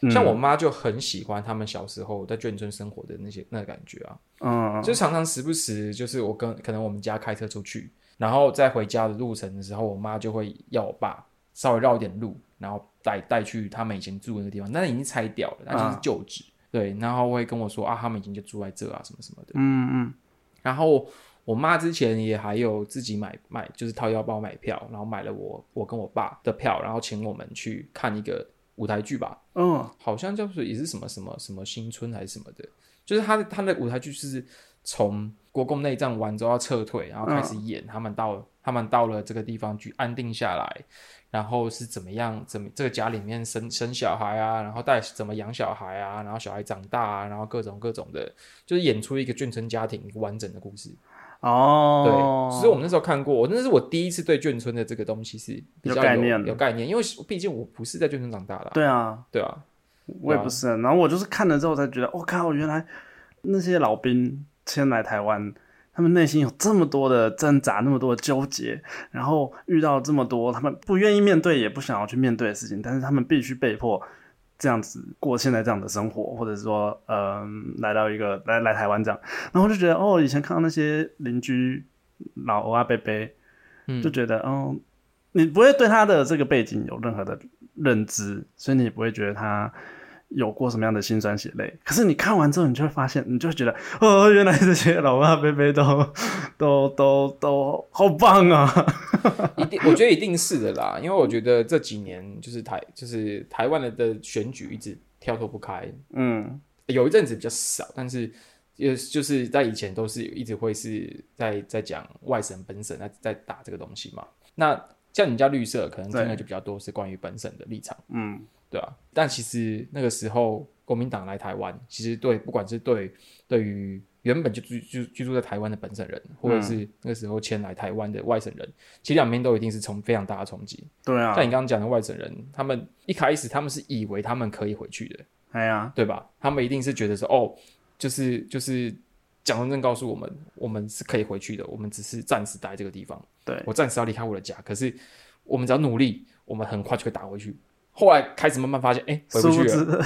S2: 像我，妈就很喜欢他们小时候在眷村生活的那些那个感觉啊，
S1: 嗯，
S2: 就常常时不时就是我跟可能我们家开车出去，然后在回家的路程的时候，我妈就会要我爸稍微绕一点路，然后带带去他们以前住的那个地方，但是已经拆掉了，那就是
S1: 啊
S2: 旧址。对，然后会跟我说啊，他们以前就住在这啊，什么什么的。
S1: 嗯嗯
S2: 然后我妈之前也还有自己买买，就是掏腰包买票，然后买了我我跟我爸的票，然后请我们去看一个舞台剧吧，
S1: 嗯
S2: 好像叫做也是什么什么什么新村还是什么的，就是他的他的舞台剧是从国共内战完之后要撤退，然后开始演、他们到他们到了这个地方去安定下来，然后是怎么样怎么这个家里面生生小孩啊，然后带怎么养小孩啊，然后小孩长大啊，然后各种各种的，就是演出一个眷村家庭一个完整的故事。
S1: 哦，
S2: 对，其实我们那时候看过，我那是我第一次对眷村的这个东西是比较
S1: 有概念的
S2: 有概念，因为毕竟我不是在眷村长大的啊、
S1: 对啊，
S2: 对啊，
S1: 我也不是，然后我就是看了之后才觉得，我、靠，原来那些老兵迁来台湾，他们内心有这么多的挣扎，那么多的纠结，然后遇到这么多他们不愿意面对，也不想要去面对的事情，但是他们必须被迫这样子过现在这样的生活，或者说，嗯、来到一个来来台湾这样，然后就觉得，哦，以前看到那些邻居老阿伯伯，
S2: 嗯
S1: 就觉得，哦，你不会对他的这个背景有任何的认知，所以你也不会觉得他有过什么样的辛酸血泪。可是你看完之后，你就会发现，你就会觉得，哦，原来这些老阿伯伯都 都都都好棒啊！
S2: 一定，我觉得一定是的啦，因为我觉得这几年就是台就是台湾的的选举一直跳脱不开，
S1: 嗯
S2: 有一阵子比较少，但是也就是在以前都是一直会是在在讲外省本省在在打这个东西嘛。那像你家绿色，可能真的
S1: 对
S2: 就比较多是关于本省的立场，
S1: 嗯，
S2: 对啊。但其实那个时候国民党来台湾，其实对不管是对对于。原本就居居居住在台湾的本省人，或者
S1: 嗯
S2: 是那时候迁来台湾的外省人，其实两边都一定是从非常大的冲击。
S1: 对啊
S2: 像，你刚刚讲的外省人，他们一开始他们是以为他们可以回去的，
S1: 哎呀，
S2: 对吧？他们一定是觉得说，哦，就是就是蒋中正告诉我们，我们是可以回去的，我们只是暂时待这个地方，
S1: 对
S2: 我暂时要离开我的家，可是我们只要努力，我们很快就可以打回去。后来开始慢慢发现，哎、回
S1: 殊不
S2: 不去了，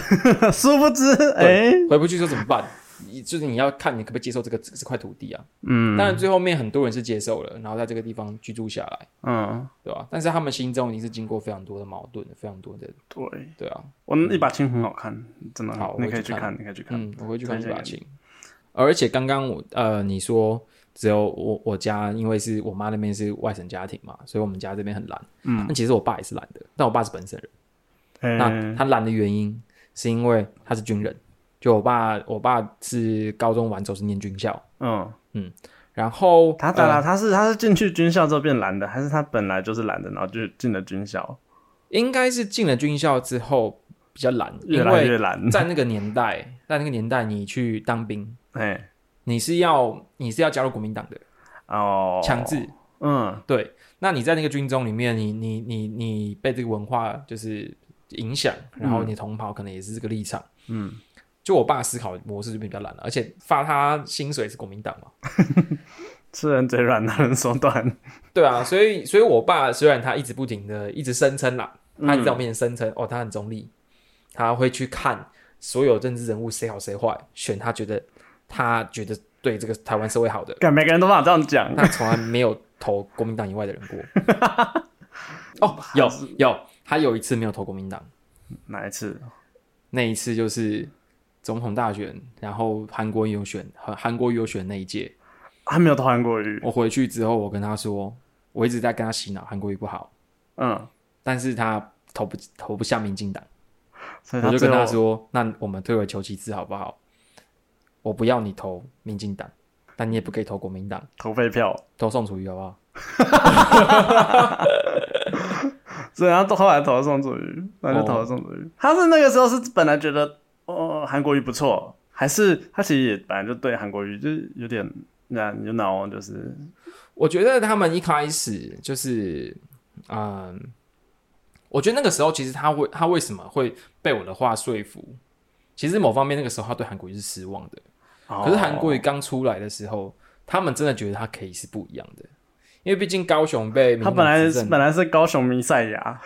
S1: 知，殊不知，哎、
S2: 对，回不去之后怎么办？你就是你要看你可不可以接受这个这这块土地啊。
S1: 嗯，
S2: 当然，最后面很多人是接受了，然后在这个地方居住下来，
S1: 嗯，
S2: 对吧、但是他们心中已经是经过非常多的矛盾，非常多的，
S1: 对，
S2: 对啊，
S1: 我那一把琴很好看，真的，
S2: 好
S1: 你
S2: 我
S1: 可以
S2: 去
S1: 去
S2: 看
S1: 看，你可以去看，
S2: 嗯，我会去看
S1: 推
S2: 这
S1: 荐
S2: 把
S1: 给
S2: 琴。而且刚刚我呃，你说只有我我家，因为是我妈那边是外省家庭嘛，所以我们家这边很懒。
S1: 嗯
S2: 那其实我爸也是懒的，但我爸是本省人。
S1: 哎、
S2: 那他懒的原因是因为他是军人，就我爸我爸是高中完之后是念军校，
S1: 嗯，
S2: 然后呃
S1: 他打了，他是他是进去军校之后变蓝的，还是他本来就是蓝的，然后就进了军校，
S2: 应该是进了军校之后比较懒，
S1: 越
S2: 因
S1: 来越
S2: 为
S1: 蓝，
S2: 在那个年代，在那个年代你去当兵，
S1: 哎、
S2: 你是要你是要加入国民党的
S1: 哦，
S2: 强制，
S1: 嗯，
S2: 对，那你在那个军中里面，你你你你被这个文化就是影响，然后你同袍可能也是这个立场，
S1: 嗯，
S2: 就我爸思考模式就比较懒了，而且发他薪水是国民党嘛，
S1: 吃人嘴软，拿人手短，
S2: 对啊，所以所以我爸虽然他一直不停的一直声称啦，他一直在我面前声称、哦他很中立，他会去看所有政治人物谁好谁坏，选他觉得他觉得对这个台湾社会好的，
S1: 干每个人都把这样讲，
S2: 他从来没有投国民党以外的人 过。哦，有有，他有一次没有投国民党，
S1: 哪一次？
S2: 那一次就是总统大选，然后韩国瑜有选，韩韩国瑜有选那一届。
S1: 他没有投韩国语，
S2: 我回去之后，我跟他说，我一直在跟他洗脑，韩国瑜不好，
S1: 嗯，
S2: 但是他投不投不下民进党，
S1: 所以
S2: 我
S1: 嗯
S2: 就
S1: 最
S2: 跟他
S1: 后
S2: 说，那我们退而求其次好不好？我不要你投民进党，但你也不可以投国民党，
S1: 投废票，
S2: 投宋楚瑜好不好？
S1: 所以他后来投了宋祖瑜，然后就投了宋祖瑜。他是那个时候是本来觉得哦韩国瑜不错，还是他其实也本来就对韩国瑜就是有点那你就脑就是
S2: 我觉得他们一开始就是，嗯，我觉得那个时候其实他会，他为什么会被我的话说服？其实某方面那个时候他对韩国瑜是失望的，可是韩国瑜
S1: 哦
S2: 刚出来的时候，他们真的觉得他可以是不一样的，因为毕竟高雄被民
S1: 他
S2: 进
S1: 本
S2: 党
S1: 来
S2: 执
S1: 是
S2: 政，
S1: 本来是高雄弥赛亚，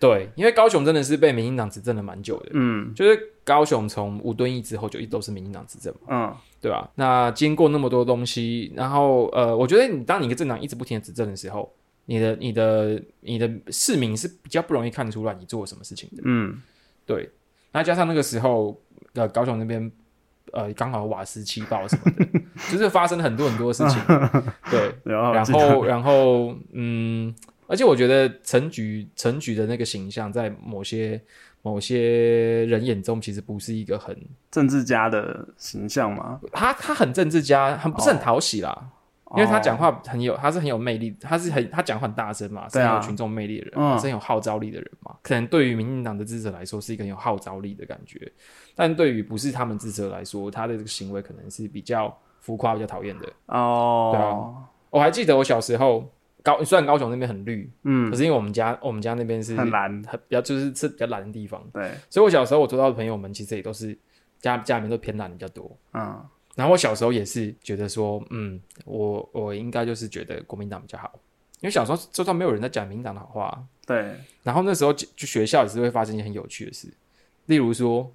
S2: 对，因为高雄真的是被民进党执政了蛮久的，
S1: 嗯
S2: 就是高雄从吴敦义之后就一直都是民进党执政嘛。
S1: 嗯
S2: 对吧？那经过那么多东西，然后呃，我觉得你当你一个政党一直不停的执政的时候，你的、你的、你的市民是比较不容易看出来你做了什么事情的。
S1: 嗯
S2: 对，那加上那个时候，呃，高雄那边呃刚好瓦斯气爆什么的，就是发生了很多很多事情。对，
S1: 然后
S2: 然
S1: 记得
S2: 后然后嗯，而且我觉得陈菊陈菊的那个形象，在某些某些人眼中，其实不是一个很
S1: 政治家的形象嘛，
S2: 他他很政治家，很不是很讨喜啦，因为他讲
S1: 哦
S2: 话很有，他是很有魅力，他是很他讲话很大声嘛，是
S1: 对啊
S2: 很有群众魅力的人
S1: 嗯
S2: 嘛，是很有号召力的人嘛。可能对于民进党的支持者来说是一个很有号召力的感觉，但对于不是他们支持者来说，他的这个行为可能是比较浮夸、比较讨厌的。啊
S1: 哦，
S2: 我还记得我小时候高，虽然高雄那边很绿，
S1: 嗯
S2: 可是因为我们家我们家那边是
S1: 很蓝，
S2: 很比较就是是比较蓝的地方，
S1: 对，
S2: 所以我小时候我周遭的朋友们其实也都是家家里面都偏蓝的比较多。
S1: 嗯
S2: 然后我小时候也是觉得说，嗯，我我应该就是觉得国民党比较好，因为小时候周遭没有人在讲民进党的好话啊。
S1: 对，
S2: 然后那时候就就学校也是会发生一件很有趣的事，例如说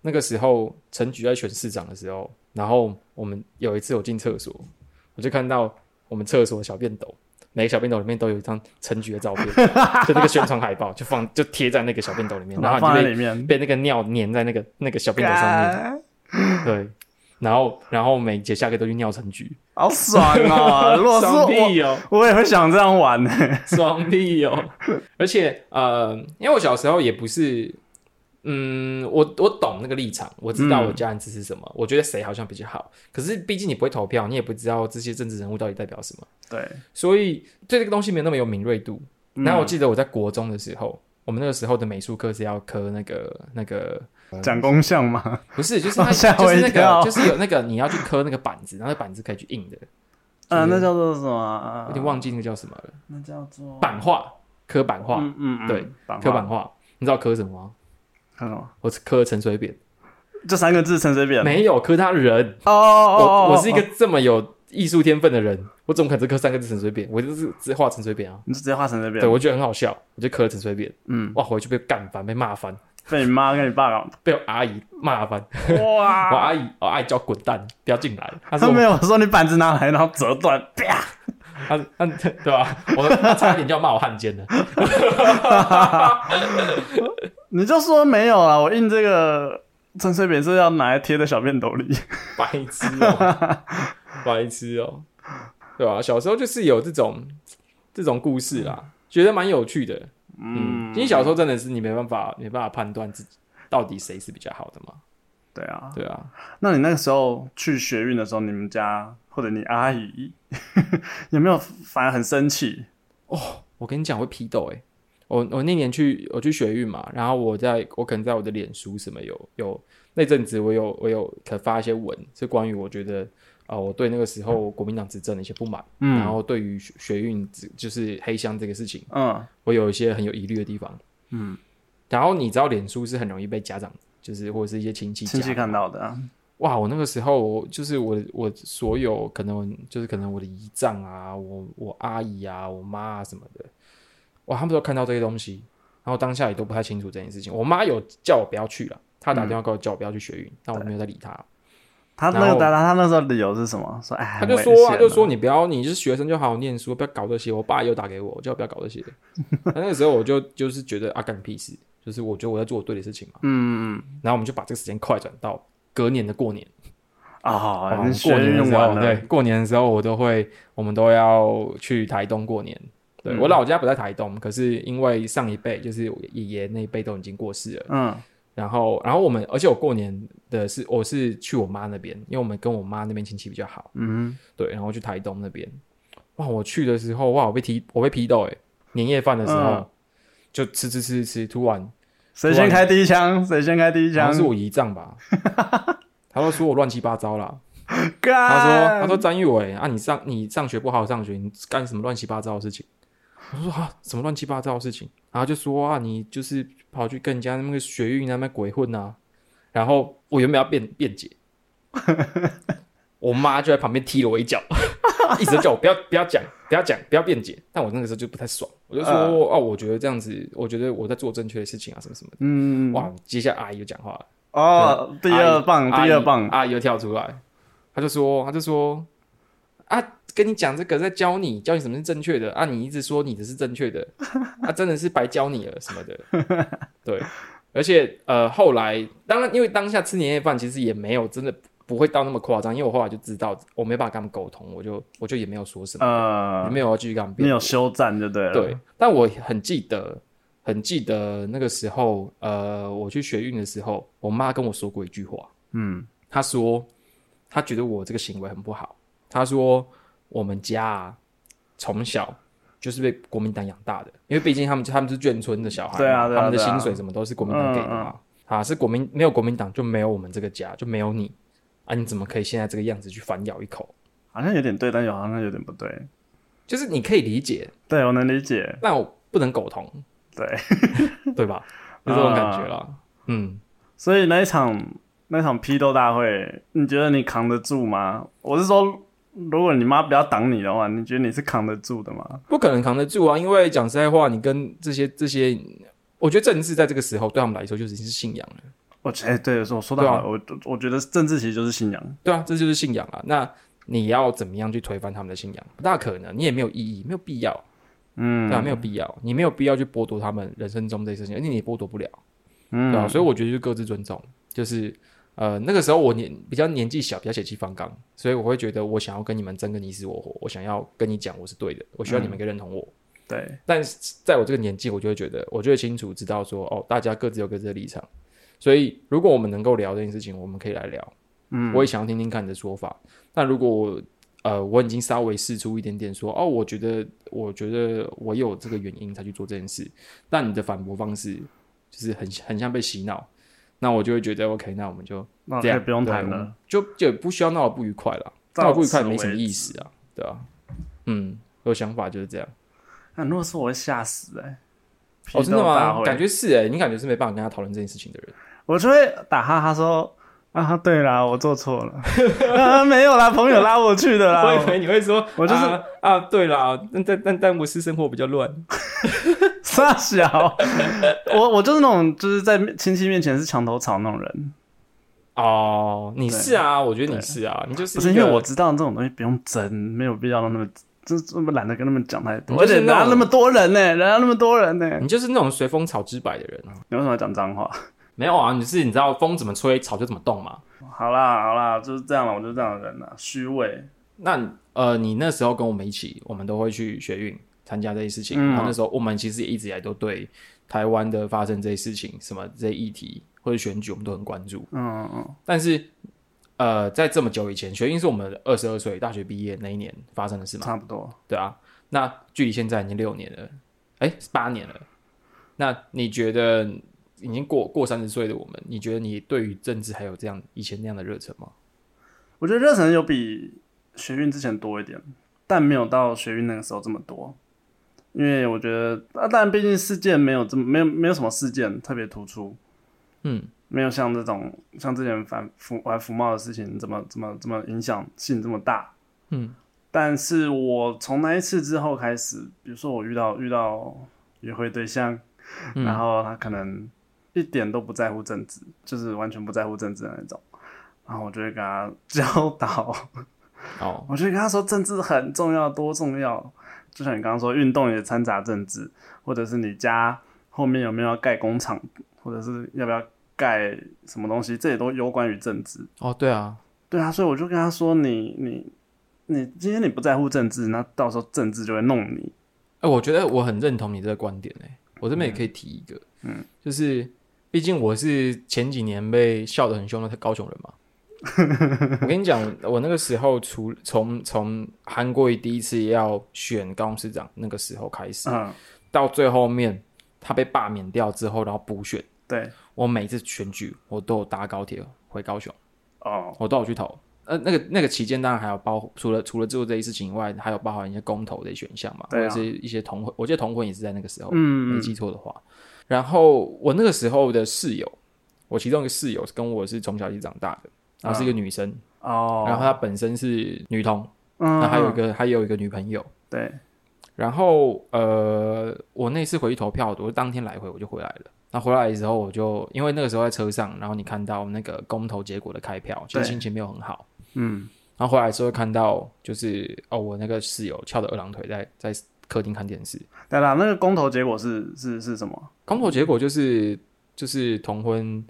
S2: 那个时候陈菊在选市长的时候，然后我们有一次我进厕所，我就看到我们厕所的小便斗，每个小便斗里面都有一张陈菊的照片，就那个宣传海报就放就贴在那个小便斗 里面，然后
S1: 放在
S2: 你
S1: 里啊
S2: 就
S1: 面，
S2: 被被那个尿粘在那个那个小便斗上面。
S1: 干
S2: 对，然后然后每节下课都去尿成局，
S1: 好爽 哦！如果是
S2: 双
S1: 我，
S2: 屁哦，
S1: 我也会想这样玩呢。
S2: 双屁哦，而且呃，因为我小时候也不是，嗯，我我懂那个立场，我知道
S1: 嗯
S2: 我家人支持什么，我觉得谁好像比较好，可是毕竟你不会投票，你也不知道这些政治人物到底代表什么，
S1: 对，嗯
S2: 所以对这个东西没有那么有敏锐度。然后我记得我在国中的时候，我们那个时候的美术课是要刻那个那个，
S1: 讲功效嘛，
S2: 不是，就是它
S1: 吓
S2: 就
S1: 我一
S2: 是那
S1: 跳
S2: 个就是有那个你要去刻那个板子，然后那板子可以去印的，
S1: 呃，
S2: 就
S1: 那
S2: 是
S1: 叫做什么啊？
S2: 有点忘记那个叫什么了，
S1: 那叫做
S2: 版画，刻版画，
S1: 嗯嗯嗯，
S2: 对，
S1: 版
S2: 刻
S1: 画
S2: 版，画，你知道刻什么吗？
S1: 看到吗？
S2: 我刻陈水扁，
S1: 这三个字陈水扁，
S2: 没有刻他人，
S1: 哦嗯哦哦，
S2: 我我是一
S1: 哦，
S2: 个这么有艺术天分的人，我怎么可能只刻三个字陈水扁？我就是只画陈水扁啊。
S1: 你就直接画陈水扁，
S2: 对，我觉得很好笑，我就刻了陈水扁，
S1: 嗯，
S2: 哇，回去被干翻，被骂翻，
S1: 被你妈跟你爸 搞，
S2: 被我阿姨骂翻，我
S1: 哇，
S2: 阿姨，我阿姨叫滚蛋，不要进来，她是
S1: 啊他
S2: 我
S1: 没有说你板子拿来，然后折断，啪，
S2: 他他对吧、我他差一点就要骂我汉奸了。
S1: 你就说没有啊，我印这个陈水扁是要拿来贴在小便斗里，
S2: 白痴哦、白痴哦、对吧、小时候就是有这种这种故事啦，觉得蛮有趣的。嗯，因为小时候真的是你没办法没办法判断自己到底谁是比较好的嘛。
S1: 对啊，
S2: 对啊，
S1: 那你那个时候去学运的时候，你们家或者你阿姨 有没有反而很生气？
S2: 我跟你讲会批斗哎、我我那年去我去学运嘛，然后我在我可能在我的脸书什么有有那阵子我有我有可发一些文是关于我觉得啊、呃我对那个时候国民党执政的一些不满，
S1: 嗯
S2: 然后对于学学运只就是黑箱这个事情，
S1: 嗯
S2: 我有一些很有疑虑的地方。
S1: 嗯，
S2: 然后你知道脸书是很容易被家长就是或者是一些亲戚
S1: 亲戚
S2: 夹
S1: 看到的、啊，
S2: 哇，我那个时候我就是我的我所有可能就是可能我的姨丈啊，我我阿姨啊，我妈啊什么的，哇，他们都看到这些东西，然后当下也都不太清楚这件事情。我妈有叫我不要去了，她打
S1: 嗯
S2: 电话给我叫我不要去学运，但我没有再理她。
S1: 他那
S2: 然
S1: 个
S2: 后
S1: 他他那时候理由是什么？说哎，
S2: 她就
S1: 很危
S2: 说、
S1: 险
S2: 啊，
S1: 啊
S2: 她就说你不要，你是学生就好好念书，不要搞这些。我爸也有打给我，叫我不要搞 这些。那那个时候我就就是觉得啊，干屁事，就是我觉得我在做我对的事情嘛。
S1: 嗯嗯
S2: 然后我们就把这个时间快转到隔年的过年。
S1: 嗯啊，好
S2: 哦，
S1: 你
S2: 过
S1: 学
S2: 年的
S1: 运
S2: 时
S1: 完
S2: 候，
S1: 了，
S2: 对，过年的时候我都会，我们都要去台东过年。
S1: 嗯
S2: 对、我老家不在台东，可是因为上一辈就是我爷爷那一辈都已经过世了，
S1: 嗯
S2: 然后，然后我们，而且我过年的是我是去我妈那边，因为我们跟我妈那边亲戚比较好，
S1: 嗯，
S2: 对，然后去台东那边。哇，我去的时候，哇，我被踢，我被批斗哎！年夜饭的时候、
S1: 嗯
S2: 就吃吃吃吃，突然
S1: 谁先开第一枪？谁先开第一
S2: 好像
S1: 枪？
S2: 是我姨丈吧，他都说我乱七八糟啦。
S1: 干，
S2: 他说：“他说詹玉伟啊，你上你上学不好好上学，你干什么乱七八糟的事情？”我说：“啊，什么乱七八糟的事情？”然后就说：“啊，你就是跑去跟人家那个学运那边鬼混啊。”然后我原本要辩辩解，我妈就在旁边踢了我一脚，一直叫我不要不要讲不要讲不要辩解。但我那个时候就不太爽，我就说：“
S1: 嗯
S2: 哦、我觉得这样子，我觉得我在做正确的事情啊，什么什么的。
S1: 嗯，
S2: 哇，接下来阿姨就讲话了。
S1: 哦，第二棒，
S2: 阿姨
S1: 第二棒，
S2: 阿姨又跳出来，他就说，他就说，啊，跟你讲这个，在教你，教你什么是正确的啊，你一直说你的是正确的，啊，真的是白教你了什么的， 对，而且呃，后来当然，因为当下吃年夜饭，其实也没有真的不会到那么夸张，因为我后来就知道我没办法跟他们沟通，我就我就也没有说什么，也
S1: 呃，
S2: 没有要继续跟他们辩
S1: 你有休战就对了，
S2: 对，，但我很记得，很记得那个时候，呃，我去学运的时候，我妈跟我说过一句话，
S1: 嗯，
S2: 她说她觉得我这个行为很不好，她说我们家啊，从小就是被国民党养大的，因为毕竟他们他们是眷村的小孩嘛，
S1: 对啊对啊
S2: 他们的
S1: 对啊嗯
S2: 薪水什么都是国民党给的嘛，啊，是国民没有国民党就没有我们这个家，就没有你啊，你怎么可以现在这个样子去反咬一口？
S1: 好像有点对，但又好像有点不对，
S2: 就是你可以理解，
S1: 对我能理解，
S2: 但我不能苟同，
S1: 对，
S2: 对吧？就这种感觉啦。嗯，
S1: 所以那一场那一场批斗大会，你觉得你扛得住吗？我是说，如果你妈不要挡你的话，你觉得你是扛得住的吗？
S2: 不可能扛得住啊！因为讲实在话，你跟这些这些，我觉得政治在这个时候对他们来说就已经是信仰了。
S1: 我觉得、哎对，说说到
S2: 对啊
S1: 好，我我觉得政治其实就是信仰，
S2: 对啊，这就是信仰啊。那你要怎么样去推翻他们的信仰？不大可能，你也没有意义，没有必要，
S1: 嗯，
S2: 对啊，没有必要，你没有必要去剥夺他们人生中这些事情，而且你也剥夺不了，
S1: 嗯，
S2: 对啊，所以我觉得就各自尊重，就是。呃，那个时候我年比较年纪小，比较血气方刚，所以我会觉得我想要跟你们争个你死我活，我想要跟你讲我是对的，我需要你
S1: 嗯
S2: 们可以认同我。
S1: 对，
S2: 但是在我这个年纪，我就会觉得，我就会清楚知道说，哦，大家各自有各自的立场。所以，如果我们能够聊这件事情，我们可以来聊。
S1: 嗯，
S2: 我也想要听听看你的说法。那如果我呃，我已经稍微试出一点点说，哦，我觉得，我觉得我有这个原因才去做这件事。但你的反驳方式就是很很像被洗脑，那我就会觉得 OK，那我们就
S1: 哦那
S2: 这
S1: 可以
S2: 样
S1: 不用
S2: 对
S1: 谈
S2: 我们
S1: 了。
S2: 就就不需要闹得不愉快了，
S1: 到
S2: 闹得不愉快
S1: 此
S2: 没什么
S1: 为
S2: 意
S1: 止
S2: 思啊，对啊，嗯，我的想法就是这样。
S1: 那如果是我会吓死哎、批
S2: 哦，真的
S1: 斗大
S2: 吗？
S1: 会
S2: 感觉是哎、你感觉是没办法跟他讨论这件事情的人。
S1: 我就会打哈哈说啊，对啦，我做错了， 啊，没有啦，朋友拉我 去的啦。
S2: 啊我以为你会说，
S1: 我就是
S2: 啊啊，对啦，但但但但我私生活比较乱，
S1: 傻小，我我就是那种就是在亲戚面前是墙头草那种人，
S2: 哦，你
S1: 对
S2: 是啊，我觉得你
S1: 对
S2: 是啊，你就是
S1: 不是
S2: 一
S1: 因为
S2: 个
S1: 我知道这种东西不用争，没有必要那么这这么懒得跟他们讲太多，
S2: 你
S1: 而
S2: 就是
S1: 且人家
S2: 那种
S1: 那么多人呢、人家那么多人呢、
S2: 你就是那种随风草之百的人啊。
S1: 你为什么要讲脏话？
S2: 没有啊，你是你知道风怎么吹，草就怎么动嘛。
S1: 好啦好啦，就是这样了，我就这样的人啦，虚伪。
S2: 那你呃，你那时候跟我们一起，我们都会去学运参加这些事情。
S1: 嗯
S2: 然后那时候我们其实也一直以来都对台湾的发生这些事情、什么这些议题或者选举，我们都很关注。
S1: 嗯嗯
S2: 但是呃，在这么久以前，学运是我们二十二岁大学毕业那一年发生的事
S1: 嗯，
S2: 嘛？
S1: 差不多。
S2: 对啊，那距离现在已经六年了，哎、八年了。那你觉得已经过过三十岁的我们，你觉得你对于政治还有这样以前那样的热忱吗？
S1: 我觉得热忱有比学运之前多一点，但没有到学运那个时候这么多。因为我觉得，啊，当然毕竟事件没有这么没有没有什么事件特别突出，
S2: 嗯，
S1: 没有像这种像之前反服反服贸的事情怎么怎么怎么影响性这么大。
S2: 嗯，
S1: 但是我从那一次之后开始，比如说我遇到遇到约会对象，
S2: 嗯
S1: 然后他可能一点都不在乎政治，就是完全不在乎政治的那种，然后我就会跟他教导。
S2: 哦，
S1: 我就跟他说，政治很重要，多重要。就像你刚刚说，运动也掺杂政治，或者是你家后面有没有要盖工厂，或者是要不要盖什么东西，这也都攸关于政治。
S2: 哦，对啊，
S1: 对啊，所以我就跟他说，你你你今天你不在乎政治，那到时候政治就会弄你。
S2: 哎、我觉得我很认同你这个观点诶、欸我这边也可以提一个，嗯，就是毕竟我是前几年被笑得很凶的高雄人 嘛。我跟你讲，我那个时候除从从韩国瑜第一次要选高雄市长那个时候开始，
S1: 嗯，
S2: 到最后面他被罢免掉之后，然后补选，
S1: 对，
S2: 我每次选举我都有搭高铁回高雄，
S1: 哦，
S2: 我都有去投。呃，那个那个期间当然还有包，除了除了做这一事情以外，还有包含一些公投的选项嘛，
S1: 对啊
S2: 或者是一些同婚，我记得同婚也是在那个时候，
S1: 嗯
S2: 没记错的话。然后我那个时候的室友，我其中一个室友是跟我是从小一起长大的，然后是一个女生，
S1: 哦，
S2: 然后她本身是女同，
S1: 嗯，
S2: 那还有一
S1: 嗯
S2: 个还有一个女朋友，
S1: 对，
S2: 然后呃，我那次回去投票，我就当天来回我就回来了。那回来的时候，我就因为那个时候在车上，然后你看到那个公投结果的开票，其实
S1: 对
S2: 心情没有很好。
S1: 嗯，
S2: 然后回来的时候看到，就是哦，我那个室友翘着二郎腿在在客厅看电视。
S1: 对啦，那个公投结果是是是什么？
S2: 公投结果就是就是同婚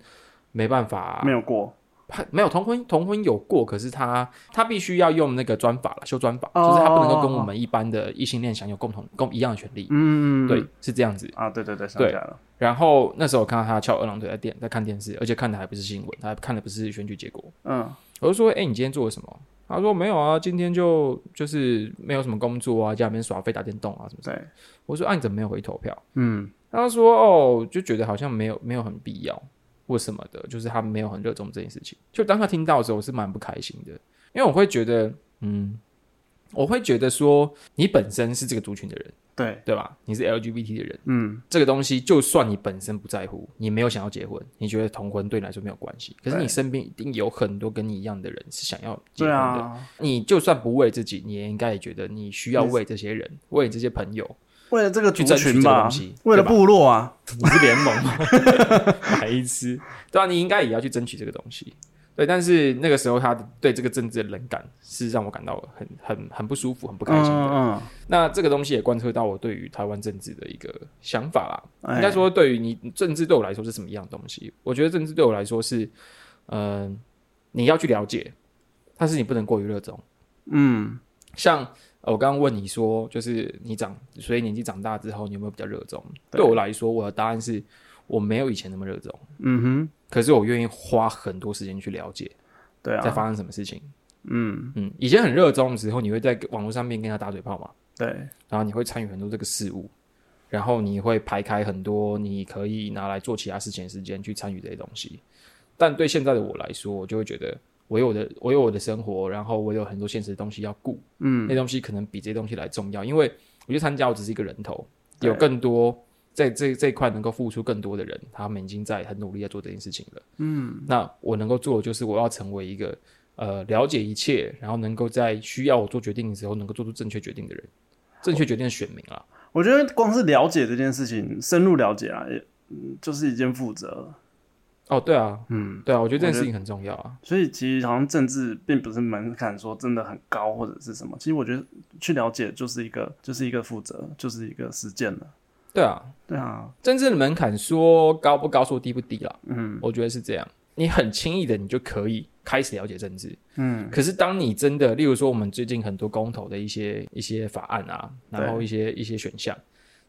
S2: 没办法
S1: 没，有过，
S2: 他没有同婚同婚有过，可是他他必须要用那个专法了，修专法，
S1: 哦
S2: 就是他不能够跟我们一般的异性恋享有共同共一样的权利。
S1: 嗯，
S2: 对，是这样子。
S1: 啊，对对对，想
S2: 对
S1: 起来了，
S2: 然后那时候我看到他翘二郎腿在电在看电视，而且看的还不是新闻，他看的不是选举结果。
S1: 嗯，
S2: 我就说：“哎、你今天做了什么？”他说：“没有啊，今天就就是没有什么工作啊，家里面耍废打电动啊什么。
S1: 对，”
S2: 我说：“啊，你怎么没有回投票
S1: 嗯，？”
S2: 他说：“哦，就觉得好像没有没有很必要或什么的，就是他没有很热衷这件事情。”就当他听到的时候，我是蛮不开心的，因为我会觉得，嗯，我会觉得说你本身是这个族群的人，
S1: 对，
S2: 对吧？你是 LGBT 的人。
S1: 嗯。
S2: 这个东西，就算你本身不在乎，你没有想要结婚，你觉得同婚对你来说没有关系，可是
S1: 对
S2: 你身边一定有很多跟你一样的人是想要结
S1: 对
S2: 婚的。
S1: 啊，
S2: 你就算不为自己，你也应该也觉得你需要为这些人，为这些朋友，
S1: 为了这个族
S2: 去争取
S1: 群
S2: 这个
S1: 吧
S2: 东西，
S1: 为了
S2: 对吧
S1: 部落啊，
S2: 你是联盟吗？白痴，对啊，你应该也要去争取这个东西。对，但是那个时候他对这个政治的冷感是让我感到很很很不舒服、很不
S1: 不
S2: 开心的。
S1: 嗯，
S2: 那这个东西也贯彻到我对于台湾政治的一个想法啦。
S1: 哎
S2: 应该说，对于你政治对我来说是什么样的东西？我觉得政治对我来说是，嗯、你要去了解，但是你不能过于热衷。
S1: 嗯，
S2: 像呃我刚刚问你说，就是你长，所以年纪长大之后，你有没有比较热衷？
S1: 对
S2: 对我来说，我的答案是我没有以前那么热衷，
S1: 嗯哼，
S2: 可是我愿意花很多时间去了解
S1: 对
S2: 在
S1: 啊，
S2: 发生什么事情，
S1: 嗯，
S2: 嗯，以前很热衷的时候，你会在网络上面跟他打嘴炮嘛，
S1: 对，
S2: 然后你会参与很多这个事物，然后你会排开很多你可以拿来做其他事情的时间去参与这些东西。但对现在的我来说，我就会觉得我有我的我有我的生活，然后我有很多现实的东西要顾，
S1: 嗯，
S2: 那东西可能比这些东西来重要，因为我去参加，我只是一个人头，
S1: 对
S2: 有更多在这这一块能够付出更多的人，他们已经在很努力在做这件事情了。嗯，那我能够做的就是我要成为一个呃了解一切，然后能够在需要我做决定的时候能够做出正确决定的人，正确决定的选民啦。
S1: 我觉得光是了解这件事情，深入了解啊，也嗯就是一件负责了。
S2: 哦，对啊，
S1: 嗯，
S2: 对啊，我觉得这件事情很重要啊。
S1: 所以其实好像政治并不是门槛说真的很高或者是什么，其实我觉得去了解就是一个就是一个负责，就是一个实践了。
S2: 对啊，
S1: 对啊，
S2: 真正的门槛说高不高，说低不低啦。嗯，我觉得是这样。你很轻易的，你就可以开始了解政治。
S1: 嗯，
S2: 可是当你真的，例如说我们最近很多公投的一些一些法案啊，然后
S1: 对
S2: 一些一些选项，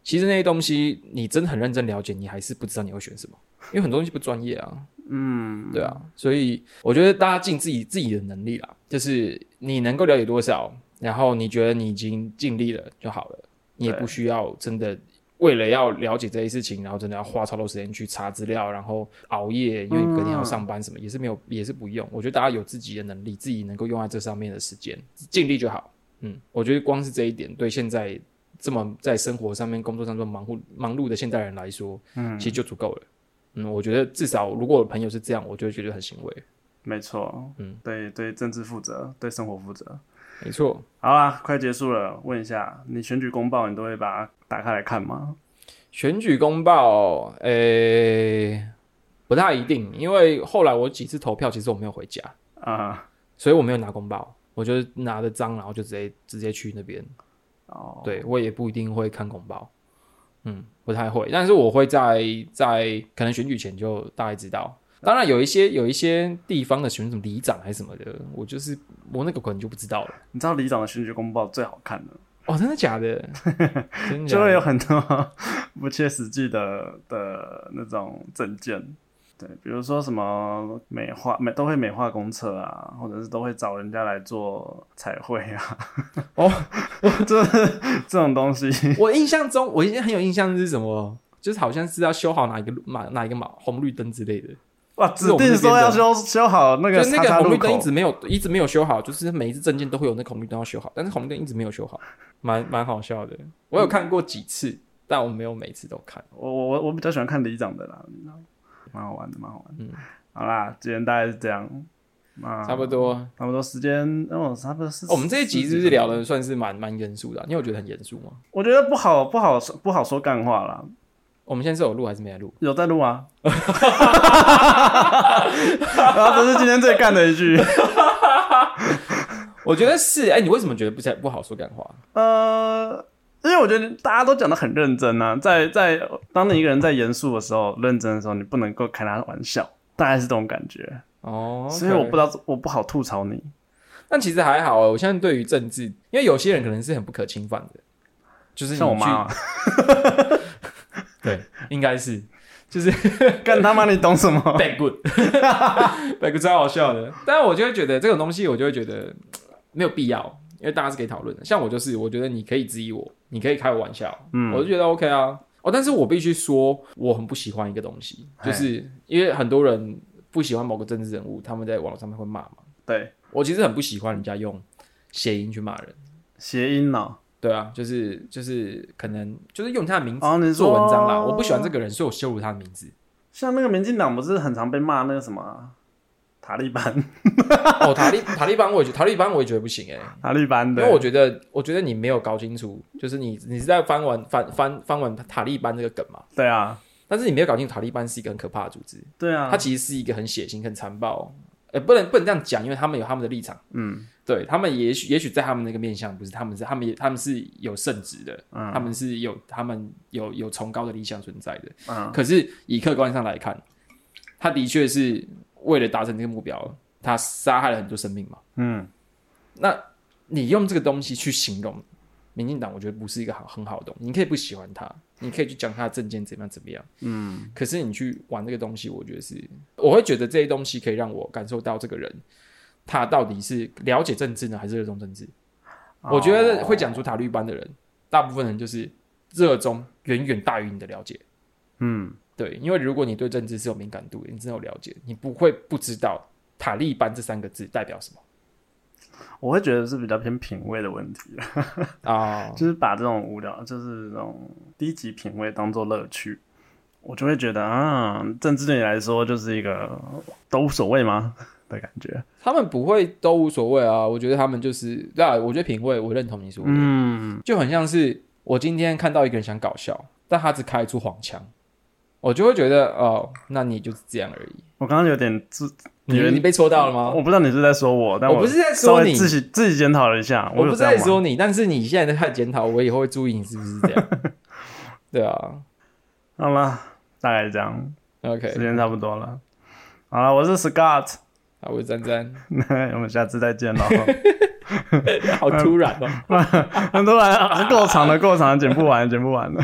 S2: 其实那些东西你真的很认真了解，你还是不知道你会选什么，因为很多东西不专业啊。嗯，对啊，所以我觉得大家尽自己自己的能力啦，就是你能够了解多少，然后你觉得你已经尽力了就好了，你也
S1: 对
S2: 不需要真的为了要了解这些事情，然后真的要花超多时间去查资料，然后熬夜，因为隔天要上班什么，也是没有，也是不用。我觉得大家有自己的能力，自己能够用在这上面的时间，尽力就好。嗯，我觉得光是这一点，对现在这么在生活上面、工作上这么忙碌忙碌的现代人来说，嗯，其实就足够了。嗯，我觉得至少如果我朋友是这样，我就会觉得很欣慰。
S1: 没错，
S2: 嗯，
S1: 对对，政治负责，对生活负责。
S2: 没错，
S1: 好啦，快结束了，问一下，你选举公报你都会把它打开来看吗？
S2: 选举公报，诶、不太一定，因为后来我几次投票，其实我没有回家。
S1: 啊、
S2: 所以我没有拿公报，我就是拿着章，然后就直接直接去那边。
S1: 哦，
S2: 对我也不一定会看公报，嗯，不太会，但是我会在在可能选举前就大概知道。当然有一些有一些地方的选什么里长还是什么的，我就是我那个可能就不知道了。
S1: 你知道里长的选举公报最好看的，
S2: 哦，真的 假的？真的假
S1: 就会有
S2: 的？
S1: 很多不切实际的 的那种证件。对，比如说什么美化美都会美化公厕啊，或者是都会找人家来做彩绘啊，
S2: 哦，
S1: 就是 这种东 西。
S2: 我印象中，我印象很有印象是什么？就是好像是要修好哪一个路哪哪一个马红绿灯之类的，
S1: 哇，
S2: 这
S1: 指
S2: 是我们
S1: 定
S2: 那边
S1: 说要
S2: 的
S1: 修修好那个
S2: 就是那
S1: 叉
S2: 个
S1: 叉
S2: 红
S1: 路
S2: 绿灯
S1: 口
S2: 一直，没有一直没有修好，就是每一次证件都会有那个红绿灯要修好，但是红绿灯一直没有修好，蛮蛮好笑的。我有看过几次，但我没有每次都看。
S1: 我我我我比较喜欢看里长的啦，你知道吗蛮好玩的，蛮好玩的。
S2: 嗯
S1: 好啦，今天大概是这样，啊，
S2: 差不多。哦
S1: 差不多时间，哦，差不多是、
S2: 我们这一集是不是聊的算是蛮蛮严肃的啊、你有觉得很严肃吗？
S1: 我觉得不好不好说不好说干话啦，
S2: 我们现在是有录还是没录？
S1: 有在录 啊。然后这是今天最干的一句，
S2: 我觉得是。哎、你为什么觉得不太不好说干话？
S1: 呃，因为我觉得大家都讲的很认真啊，在在当你一个人在严肃的时候、认真的时候，你不能够开他玩笑，大概是这种感觉。
S2: 哦，
S1: 所以我不知道，我不好吐槽你。
S2: 但其实还好啊。我现在对于政治，因为有些人可能是很不可侵犯的，就是你
S1: 像我
S2: 去
S1: 妈、啊，
S2: 对， 应该是
S1: 干他妈，你懂什么？
S2: bad good，bad good 超好笑的。但我就会觉得这种东西，我就会觉得没有必要，因为大家是可以讨论的。像我就是，我觉得你可以质疑我，你可以开我玩笑，嗯，我就觉得 OK 啊。哦，但是我必须说，我很不喜欢一个东西，
S1: 嘿
S2: 就是因为很多人不喜欢某个政治人物，他们在网络上面会骂嘛。
S1: 对，
S2: 我其实很不喜欢人家用谐音去骂人。
S1: 谐音哦呢、
S2: 对啊，就是就是可能就是用他的名字
S1: 哦你说
S2: 做文章啦，我不喜欢这个人，所以我羞辱他的名字。
S1: 像那个民进党不是很常被骂那个什么啊塔利班，
S2: 哦，塔利塔利班我也觉塔利班我也觉得不行哎、
S1: 塔利班
S2: 因
S1: 的，
S2: 为我觉得，我觉得你没有搞清楚，就是你你是在翻完翻翻翻完塔利班这个梗嘛，
S1: 对啊，
S2: 但是你没有搞清楚塔利班是一个很可怕的组织，
S1: 对啊
S2: 它，其实是一个很血腥、很残暴，呃，不能不能这样讲，因为他们有他们的立场，
S1: 嗯
S2: 对他们也许也许在他们那个面向不是，他们是他们也他们是有圣旨的，
S1: 嗯
S2: 他们是有他们有有崇高的理想存在的，
S1: 嗯，
S2: 可是以客观上来看，他的确是为了达成这个目标，他杀害了很多生命嘛。
S1: 嗯，
S2: 那你用这个东西去形容民进党，我觉得不是一个好很好的东西。你可以不喜欢他，你可以去讲他的政见怎么样怎么样，嗯。可是你去玩这个东西，我觉得是，我会觉得这些东西可以让我感受到这个人他到底是了解政治呢，还是热衷政治？我觉得会讲出塔利班的人，大部分人就是热衷远远大于你的了解。
S1: 嗯，
S2: 对，因为如果你对政治是有敏感度的，你真的有了解，你不会不知道塔利班这三个字代表什么
S1: 我会觉得是比较偏品味的问题，
S2: 啊、
S1: 就是把这种无聊，就是这种低级品味当做乐趣，我就会觉得啊，政治对你来说就是一个都无所谓吗 的感觉。
S2: 他们不会都无所谓啊，我觉得他们就是，对啊，我觉得品味，我认同你说的，
S1: 嗯，
S2: 就很像是我今天看到一个人想搞笑，但他只开一出黄腔，我就会觉得哦，那你就是这样而已。
S1: 我刚刚有点自，
S2: 你
S1: 你
S2: 你被戳到了吗？
S1: 我不知道你是在说我，但
S2: 我不是在
S1: 稍
S2: 说
S1: 微
S2: 你，
S1: 自己自己检讨了一下，
S2: 我
S1: 有
S2: 不是
S1: 这样
S2: 在
S1: 吗
S2: 说你，但是你现在在检讨，我以后会注意你是不是 这样。对啊
S1: 好了，大概这样，时
S2: ，OK，
S1: 间差不多了。好了，我是 Scott，
S2: 好，我是 詹詹，
S1: 我们下次再见 喽。
S2: 好突然哦。
S1: 很多人够长的，够长的，剪不完，剪不完的。